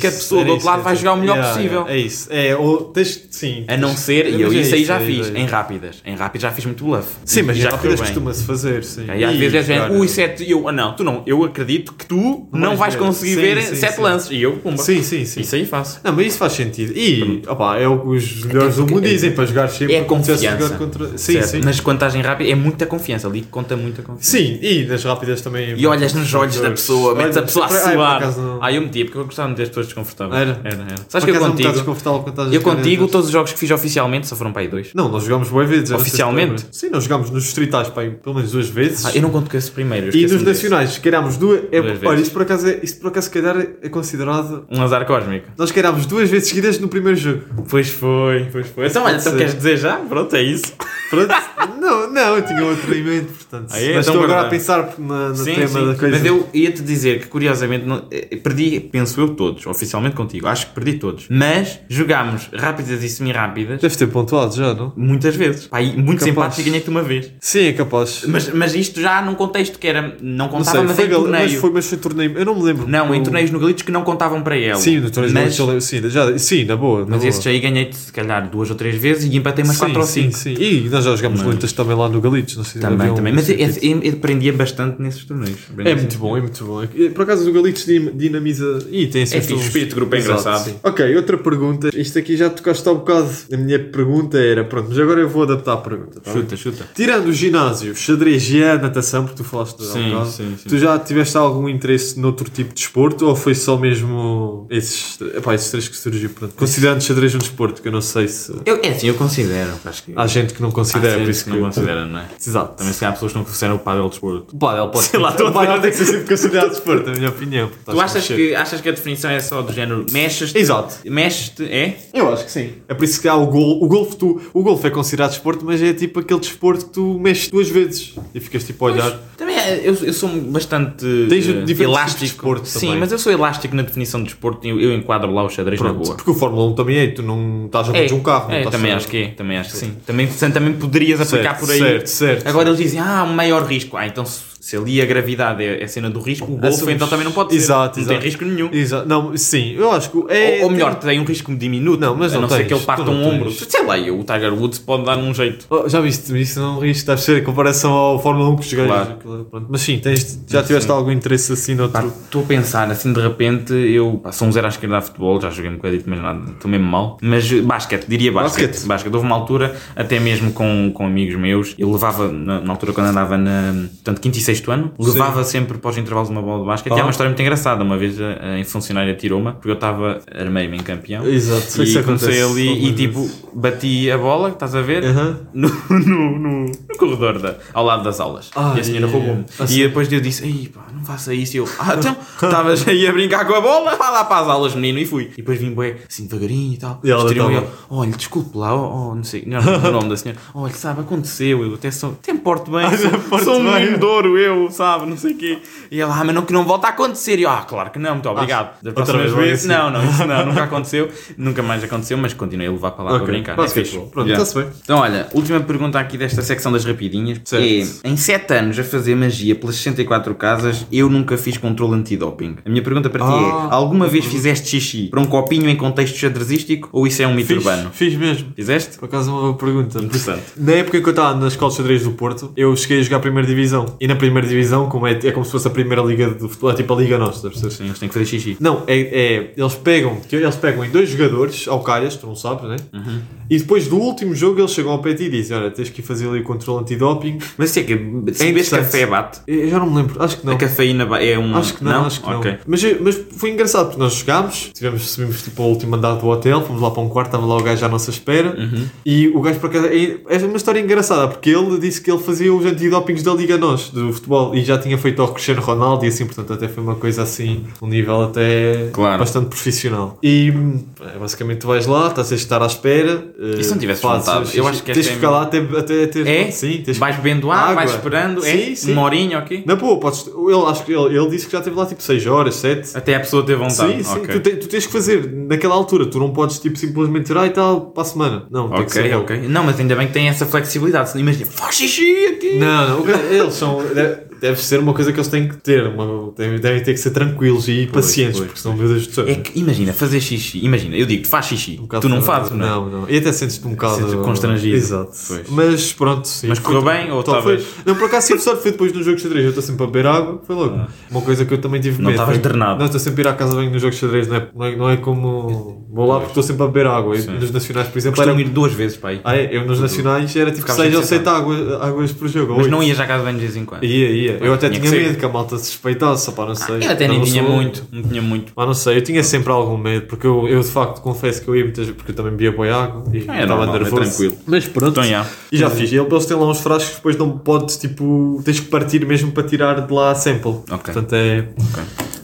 que a pessoa
era
do outro
isso,
lado
é
vai
isso.
jogar o melhor
Yeah,
possível.
yeah, É isso, é, ou tens, sim.
A não
tens-
ser, e eu
mas é
isso aí já
é
fiz,
é
em rápidas. Em rápidas já fiz muito bluff.
Sim, mas
E
já
correu
rápidas
bem.
costuma-se fazer, sim.
E às
Ih,
vezes é género,
cara.
ui, sete, e eu, ah não, tu não, eu acredito que tu não
vais
vais
ver.
conseguir
Sim,
ver
sim,
sete
sim.
lances. E eu, pumba.
Sim, sim, sim.
Isso aí faço.
Não, mas isso faz sentido. E, opá, é o que os melhores do mundo dizem, para jogar sempre.
É
como se tivesse
confiança.
jogado Contra... Sim,
Certo?
sim.
Nas contagens rápidas é muita confiança ali, conta muita confiança.
Sim, e nas rápidas também.
E olhas nos olhos da pessoa, metes a pessoa a
Ai, por
suar.
acaso não.
Ah, eu metia, porque eu gostava de meter as pessoas desconfortáveis.
Era.
era. era.
Por
Sabes que eu
acaso é um bocado
contigo,
desconfortável quando estás a
eu
jogar
contigo,
estas-
todos os jogos que fiz oficialmente, só foram para aí dois.
Não, nós jogámos boas vezes. eu não sei se te
Oficialmente?
lembras. Sim, nós jogámos nos distritais pá, aí pelo menos duas vezes.
Ah, eu não conto com esse primeiro. eu
E nos
esqueço-me desse.
nacionais, calhámos duas. É,
Duas
olha,
vezes.
isso por, acaso é, isso por acaso, se calhar, é considerado.
Um azar cósmico.
Nós calhámos duas vezes seguidas no primeiro jogo.
Pois foi, pois foi. Então, olha,
Pode
então
ser.
queres dizer já? Pronto, é isso.
Pronto? não, não, eu tinha outro em mente, portanto.
Ah, é?
Mas
Então
estou agora a
guardamos.
pensar na- no tema da coisa.
Mas eu ia-te dizer que, curiosamente, não- eh, perdi, penso eu, todos, oficialmente contigo. Acho que perdi todos. Mas jogámos rápidas e semi-rápidas
Deve ter pontuado já, não?
muitas vezes. Pá, e muitos
Capaz.
empates e ganhei-te uma vez.
Sim, é capaz.
Mas, mas isto já num contexto que era. Não
não
contava,
sei,
mas
foi,
em
gal-
torneio.
mas, foi, mas foi torneio. Eu não me lembro.
Não, em
Eu-
torneios no Galitos que não contavam para ela.
Sim, no torneio
mas,
mas... sim, é já, sim, na boa. na
mas
boa.
esses aí ganhei-te se calhar duas ou três vezes e empatei umas
sim,
quatro ou
sim,
cinco.
sim. E nós já jogámos lentas também lá no Galitos, não sei se
Também,
havia um-
também. Mas eu, eu- eu aprendia bastante nesses torneios.
É muito bom, é muito bom. Por acaso o Galitos din- dinamiza. Ih, tem assim
É fixe, o espírito de grupo é engraçado.
Ok, outra pergunta. Isto aqui já tocaste há um bocado. A minha pergunta era, pronto, mas agora eu vou adaptar a pergunta. tá bem?
Chuta, chuta.
Tirando o ginásio, xadrez e a natação, porque tu falaste de
Sim,
algo,
sim, sim.
tu já tiveste algum interesse noutro tipo de desporto ou foi só mesmo esses, epá, esses três que surgiu? Pronto. Considerando xadrez um desporto, que eu não sei se
Eu, é assim, eu considero. Acho que.
há gente que não considera, por Ah, isso que
não considera, não é?
Exato.
Também se há pessoas que não consideram o pádel desporto.
O pádel pode
Sei lá, estou a
o pádel tem que ser sempre considerado desporto, na minha opinião. porque
Tu
estás a
achas
mexer.
que, achas que a definição é só do género mexes-te?
Exato.
Mexes-te, é?
Eu acho que sim. É por isso que há o gol. O golfe, tu, o golfe é considerado desporto, mas é tipo aquele desporto que tu mexes duas vezes e ficas tipo a olhar.
Pois, também é, eu, eu sou bastante
Tens
eh,
diferentes tipos tipo de desporto
Sim,
também.
mas eu sou elástico na definição de desporto e eu, eu enquadro lá o xadrez na
Pronto,
boa.
porque o Fórmula 1 também é, tu não estás a
É,
conduzir um carro. não
é,
estás
também
a-
acho que é, também acho que sim. Também, portanto, também poderias
Certo,
aplicar por aí.
certo, certo.
Agora eles dizem, ah, um maior risco. Ah, então se, se ali a gravidade é a cena do risco, o golfe
Assumes.
então também não pode ser.
Ah, Exato,
não
exato.
tem risco nenhum.
Exato. Não, sim, eu acho que é.
ou, ou melhor, tem um risco diminuto.
Não, mas
a
não
não ser
tens,
que ele parta
tu não
um ombro.
tens.
Sei lá, eu, o Tiger Woods pode dar um jeito.
Oh, já viste isso? Não riste, estás a ser em comparação ao Fórmula 1 que os gajos.
Claro.
aquilo- pronto. Mas sim, tens, já tiveste algum interesse assim
Pá,
noutro.
Estou a pensar, assim, de repente, eu pá, sou um zero à esquerda a futebol, já joguei um bocadinho, mas nada, estou mesmo mal. Mas eh, basquete, diria basquete.
Basquete.
basquete. Houve uma altura, até mesmo com, com amigos meus, eu levava, na, na altura quando andava na, portanto, quinto e sexto ano, levava sempre para os intervalos uma bola de basquete. E
Ah.
há uma história muito engraçada, uma vez a, a funcionária tirou-me, porque eu estava, armei-me em campeão.
Exato, isso
E
acontece
comecei ali
algumas
e tipo,
vezes.
bati a bola, estás a ver?
Aham.
no, no, no, no corredor da, ao lado das aulas.
Ah,
e a senhora
é, é, é.
roubou-me.
A
E depois eu disse: Ei, pá, não faça isso. E eu, ah, então, estavas aí a brincar com a bola, vá lá para as aulas, menino, e fui. E depois vim, bué, assim devagarinho e tal.
E ela
Estreou-me
estava-
eu, olha, desculpe lá, oh, oh, não sei, não, não, o nome da senhora. Olha, sabe, aconteceu, eu até sou, até me porto bem, sou,
porto
sou um
bem.
menino de ouro, eu, sabe, não sei o quê. E ela, ah, mas não, que não volta a acontecer. E eu, ah, claro que não, muito obrigado. Da
outra
próxima
vez vai
vez,
assim.
não, não, isso não, nunca aconteceu, nunca mais aconteceu, mas continuei a levar para lá
Ok,
para brincar. É
basquete,
fixe.
pronto,
Yeah.
está-se bem.
Então, olha, última pergunta aqui desta secção das rapidinhas.
Certo.
É, em 7 anos a fazer magia pelas 64 casas, eu nunca fiz controle antidoping. A minha pergunta para ti
Ah.
é, alguma vez fizeste xixi para um copinho em contexto xadrezístico ou isso é um mito
Fiz,
urbano?
fiz mesmo.
Fizeste?
Por acaso é uma boa pergunta.
Interessante.
Na época em que eu estava na escola de xadrez do Porto, eu cheguei a jogar a primeira divisão. E na primeira divisão, como é, é como se fosse a primeira liga do futebol, é tipo a liga nossa, percebes?
Sim, eles têm que fazer xixi.
Não, é, é- eles pegam, que eles pegam em dois jogadores, ao calhas, tu não sabes, né?
Uhum.
E depois do último jogo eles chegam ao pé de ti e dizem, olha, tens que ir fazer ali o controle antidoping.
Mas se é que se
É
bebes
interessante.
café bate,
Eu já não me lembro, acho que não.
a cafeína ba- é um...
Acho que não, acho que não.
Ok.
Mas, mas foi engraçado porque nós jogámos, tivemos, subimos tipo ao último andar do hotel, fomos lá para um quarto, estava lá o gajo à nossa espera
Uhum.
e o gajo para casa. É uma história engraçada porque ele disse que ele fazia os antidopings da Liga Nós, do futebol, e já tinha feito ao Cristiano Ronaldo e assim, portanto, até foi uma coisa assim, um nível até
Claro.
bastante profissional. E hum, é, basicamente tu vais lá, estás a estar à espera. eh,
E se não tivesse
fazes-
vontade? Eu acho que
tens
essa
de
é
ficar lá até, até ter.
É?
Sim, tens
Vais bebendo água, vais esperando,
Sim,
é
sim.
uma horinha, ok?
Na boa, podes, ele, acho que ele, ele disse que já teve lá tipo 6 horas, 7.
Até a pessoa ter É vontade.
Sim, sim,
Ok.
tu, te- tu tens que fazer naquela altura, tu não podes tipo simplesmente tirar e tal para a semana. Não, tem que
Ok,
ser
ok. Não, mas ainda bem que tem essa flexibilidade. senão Imagina, faz xixi aqui.
Não, não, o que- eles são. de- Deve ser uma coisa que eles têm que ter, uma, devem, devem ter que ser tranquilos e pacientes,
pois,
porque senão meu Deus do céu.
É que imagina, fazer xixi, imagina, eu digo, faz xixi,
Um bocado
tu não
de-
fazes, não é?
Não, não. E até sentes-te um bocado
Sentes-te constrangido.
Exato.
Pois.
Mas pronto, sim.
Mas correu bem ou
Tal
estavas-
foi- Não, por acaso tive sorte, foi depois no jogo de xadrez. Eu estou sempre a beber água, foi logo. Uma coisa que eu também tive
Ah. Não
medo.
estavas
foi-
drenado.
Não, estou sempre a ir à casa bem no jogo de xadrez, não é, não é, não é como. Vou lá porque estou sempre a beber água. E nos nacionais, por exemplo,
Costumo
era.
ir duas vezes para aí.
Ah, é, eu nos nacionais era tipo
Ficavas
6 ou
sempre
7 águas, águas por jogo. ou
Mas
oito.
não ias à casa de banho de vez em quando.
Ia, ia. Eu até
Tinha
tinha,
que ser. Ah,
medo que a malta suspeitasse, só para não sei. um
Eu até
Eu
nem
não
tinha
sou-
muito, não tinha muito.
ah, não sei, eu tinha sempre algum medo, porque eu, eu de facto confesso que eu ia muitas vezes, porque eu também bebia boi água
Ah, é
e estava
normal, é
nervoso.
tranquilo.
Mas pronto.
Então, já.
E já fiz. E eles têm lá uns frascos que depois não podes, tipo, tens que partir mesmo para tirar de lá a sample.
Ok.
Portanto é
Ok.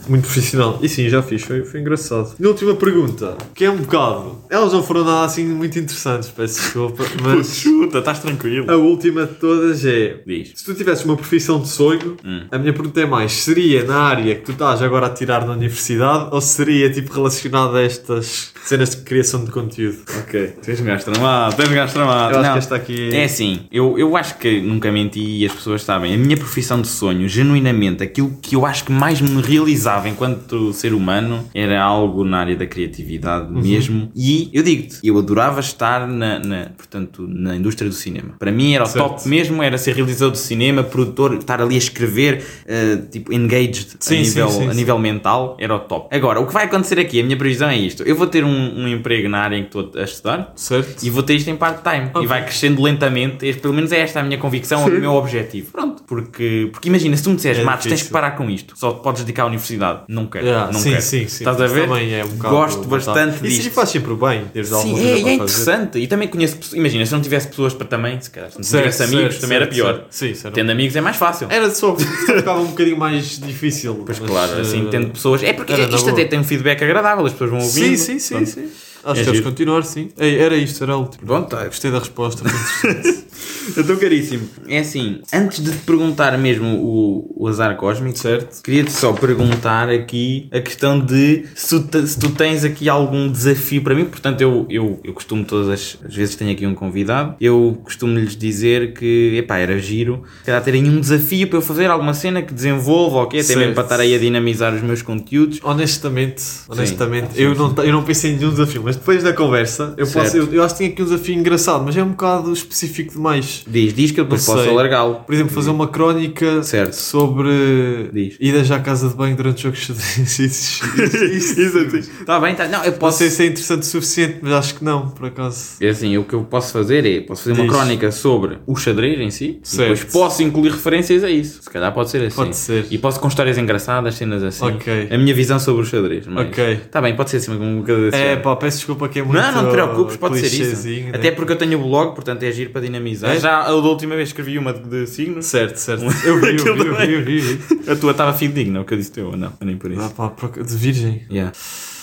muito profissional. E sim, já fiz, foi, foi engraçado. E última pergunta, que é um bocado. Elas não foram nada assim muito interessantes, peço desculpa, mas
Chuta, estás tranquilo.
a última de todas é.
Diz. Hum.
Se tu tivesses uma profissão de sonho, a minha pergunta é mais: seria na área que tu estás agora a tirar na universidade ou seria tipo relacionada a estas cenas de criação de conteúdo?
Ok. Tu és um gajo tramado, tu és um gajo tramado.
Eu acho
Não.
que esta aqui-
É assim, eu, eu acho que nunca menti e as pessoas sabem. A minha profissão de sonho, genuinamente, aquilo que eu acho que mais me realizava enquanto ser humano era algo na área da criatividade
Uhum.
mesmo. E eu digo-te, eu adorava estar na, na- portanto, na indústria do cinema. Para mim era o
Certo.
top mesmo, era ser realizador de cinema, produtor, estar ali a escrever, eh, tipo, engaged a
Sim, sim,
nível,
sim,
a
sim.
nível mental, era o top. Agora, o que vai acontecer aqui, a minha previsão é isto: eu vou ter um, um emprego na área em que estou a estudar
Certo?
e vou ter isto em part-time e vai crescendo lentamente. Este, pelo menos é esta a minha convicção, o meu objetivo. Pronto, porque, porque imagina, se tu me disseres,
É
Matos, tens
difícil.
que parar com isto, só te podes dedicar à universidade. Não quero,
Yeah,
não
sim,
quero.
sim, sim.
Estás a
Isso
ver?
Também é um bocado
Gosto bastante
Isso
disto.
faz sempre bem, teres alguma
Sim,
coisa
é,
para
é
fazer.
interessante. E também conheço pessoas. Imagina, se não tivesse pessoas para também, se calhar, se não
Certo,
tivesse
certo,
amigos, também era
certo,
pior.
certo. Sim, certo.
Tendo amigos é mais fácil.
Era só ficava um bocadinho mais difícil.
Pois
mas,
claro, assim
eh,
tendo pessoas. É porque
era na
isto
boa.
até tem um feedback agradável, as pessoas vão ouvindo.
Sim, sim, sim,
Pronto.
sim. Acho
É
que deves
giro.
continuar, sim. Ei, era isto, era o último.
Pronto, tá.
Gostei da resposta. foi interessante.
Então, caríssimo. É assim, antes de te perguntar mesmo o, o azar cósmico,
Certo.
Queria-te só perguntar aqui a questão de se tu, te- se tu tens aqui algum desafio para mim. Portanto, eu, eu, eu costumo todas as, as vezes que tenho aqui um convidado, eu costumo-lhes dizer que, epá, era giro, se calhar terem um desafio para eu fazer alguma cena que desenvolva, ok? Até mesmo
Certo.
para estar aí a dinamizar os meus conteúdos.
Honestamente, honestamente eu, não, ta- eu não pensei em nenhum desafio, mas depois da conversa, eu,
Certo.
posso, eu, eu acho que tinha aqui um desafio engraçado, mas é um bocado específico demais.
Diz, diz que eu depois
Não
posso
sei.
alargá-lo.
Por exemplo, fazer uma crónica
Certo.
sobre
Diz.
idas à casa de banho durante jogos de xadrez. Isso- isso- isso-
Está bem, tá, não, eu
Não
posso.
sei se é interessante o suficiente, mas acho que não, por acaso.
É assim, o que eu posso fazer é, posso fazer uma
Diz.
crónica sobre o xadrez em si, e
Certo.
depois posso incluir referências a isso. Se calhar pode ser assim.
Pode ser.
E posso com histórias engraçadas, cenas assim.
Ok.
A minha visão sobre o xadrez. Mas...
Ok.
Tá bem, pode ser assim um bocado desse
É
género.
pá, peço desculpa que é muito.
Não, não te preocupes, pode ser isso.
clichêzinho, né?
Até porque eu tenho o blog, portanto é agir para dinamizar.
É?
Já a da última vez escrevi uma de, de signos,
Certo, certo. Eu vi, eu vi,
Aquilo
eu vi, Ah.
também.
eu vi.
a tua estava fidedigna, é o que eu disse teu, não, nem por isso.
Ah, pá, por ac- de virgem.
Yeah.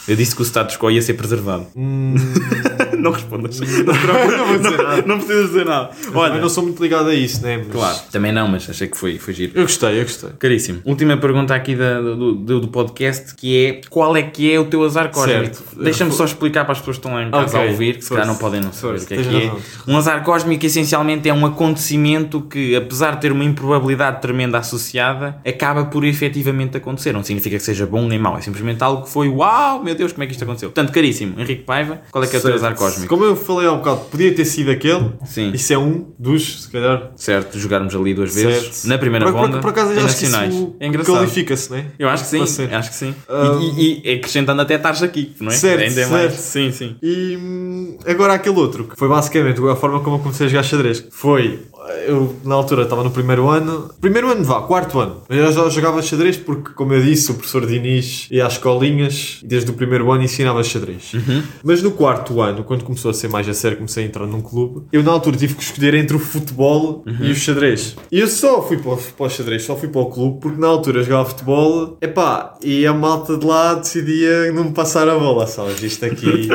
Eu disse que o status quo ia ser preservado.
Hum,
Não respondas. Não, te preocupes.
Não vou dizer
Não-
nada.
não precisas dizer nada.
Olha, eu
Olha,
não sou muito ligado a isso, né? Mas...
claro. Também não, mas achei que foi, foi giro.
Eu gostei, eu gostei.
Caríssimo. Última pergunta aqui da- do, do, do podcast que é qual é que é o teu azar cósmico?
Certo.
Deixa-me só explicar para as pessoas que estão lá em casa
Ok.
a ouvir, que se calhar não
Força.
podem não saber
Força.
o que é
Tens
que é.
razão.
Um azar cósmico essencialmente é um acontecimento que, apesar de ter uma improbabilidade tremenda associada, acaba por efetivamente acontecer. Não significa que seja bom nem mau, é simplesmente algo que foi uau, meu Deus, como é que isto aconteceu? Portanto, caríssimo, Henrique Paiva, qual é que é o teu
Certo.
azar cósmico?
Como eu falei há um bocado, podia ter sido aquele.
Sim.
Isso é um dos, se calhar.
Certo, jogarmos ali duas vezes
sete.
na primeira
por, por-
ronda.
Por, acaso, eu
em
acho que
nacionais.
isso
é engraçado.
qualifica-se, né?
Eu acho que
Para
sim,
ser.
acho que sim.
Ah,
E, e- e acrescentando até estares aqui, não é?
Certo,
Ainda é
certo.
mais. Sim, sim.
E hum, agora aquele outro, que foi basicamente a forma como eu comecei a jogar xadrez. Foi, eu na altura estava no primeiro ano, primeiro ano vá, quarto ano. Mas Eu já jogava xadrez porque, como eu disse, o professor Diniz ia às escolinhas e desde o primeiro ano ensinava xadrez.
Uhum.
Mas no quarto ano, quando começou a ser mais a sério, comecei a entrar num clube, eu na altura tive que escolher entre o futebol e
Uhum.
o xadrez. E eu só fui para o, para o xadrez, só fui para o clube porque na altura eu jogava futebol, epá, e a malta de lá decidia não me passar a bola, sabes? Isto aqui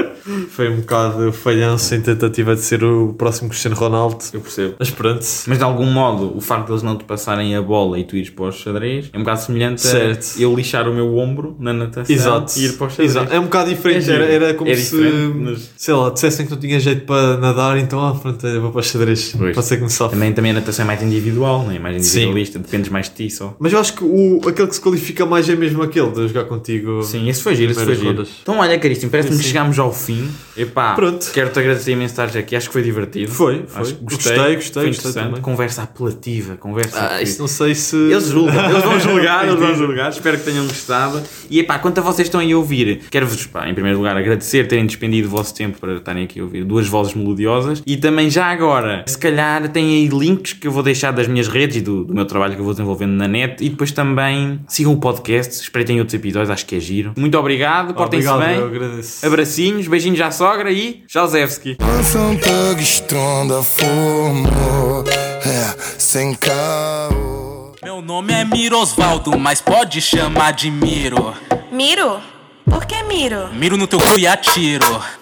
foi um bocado falhanço em tentativa de ser o próximo Cristiano Ronaldo.
Eu percebo.
Mas pronto.
Mas de algum modo, o facto de eles não te passarem a bola e tu ires para o xadrez é um bocado semelhante
Certo.
a eu lixar o meu ombro na natação
Exato.
e ir para o xadrez.
Exato. É um bocado
É
diferente.
giro.
era, era como
É
se,
diferente, mas-
sei lá, dissessem que não tinha jeito para nadar, então, ah, pronto, eu vou para o xadrez.
Pois.
Pode ser que me safe.
Também, também a natação é mais individual, não é? mais
Sim.
individualista, dependes mais de ti só.
Mas eu acho que o, aquele que se qualifica mais é mesmo aquele de eu jogar contigo.
Sim, esse foi giro, esse foi
Primeiras
giro.
rondas.
Então, olha, Caríssimo, parece-me
Sim,
que
sim.
chegámos ao fim. Epá,
Pronto.
quero-te agradecer imenso estar aqui. Acho que foi divertido.
Foi, foi.
Acho que
Gostei,
gostei,
gostei,
foi
gostei
interessante.
também.
Conversa apelativa, conversa.
Ah,
que-
isso não sei se.
Eles julgam, eles vão julgar, eles vão
Entendi.
julgar. Espero que tenham gostado. E epá, quanto a vocês que estão aí a ouvir, quero-vos, pá, em primeiro lugar, agradecer terem despendido o vosso tempo para estarem aqui a ouvir duas vozes melodiosas. E também, já agora, se calhar têm aí links que eu vou deixar das minhas redes e do, do meu trabalho que eu vou desenvolvendo na net. E depois também sigam o podcast, espreitem outros episódios, acho que é giro. Muito obrigado, portem-se
Obrigado, eu
bem. É
agradeço.
Abracinhos, beijinhos à sogra e Jauzewski.
Lança um tug, estronda, formou, é, sem caô.
Meu nome é Mirosvaldo, mas pode chamar de Miro.
Miro? Por que Miro?
Miro no teu cu e atiro.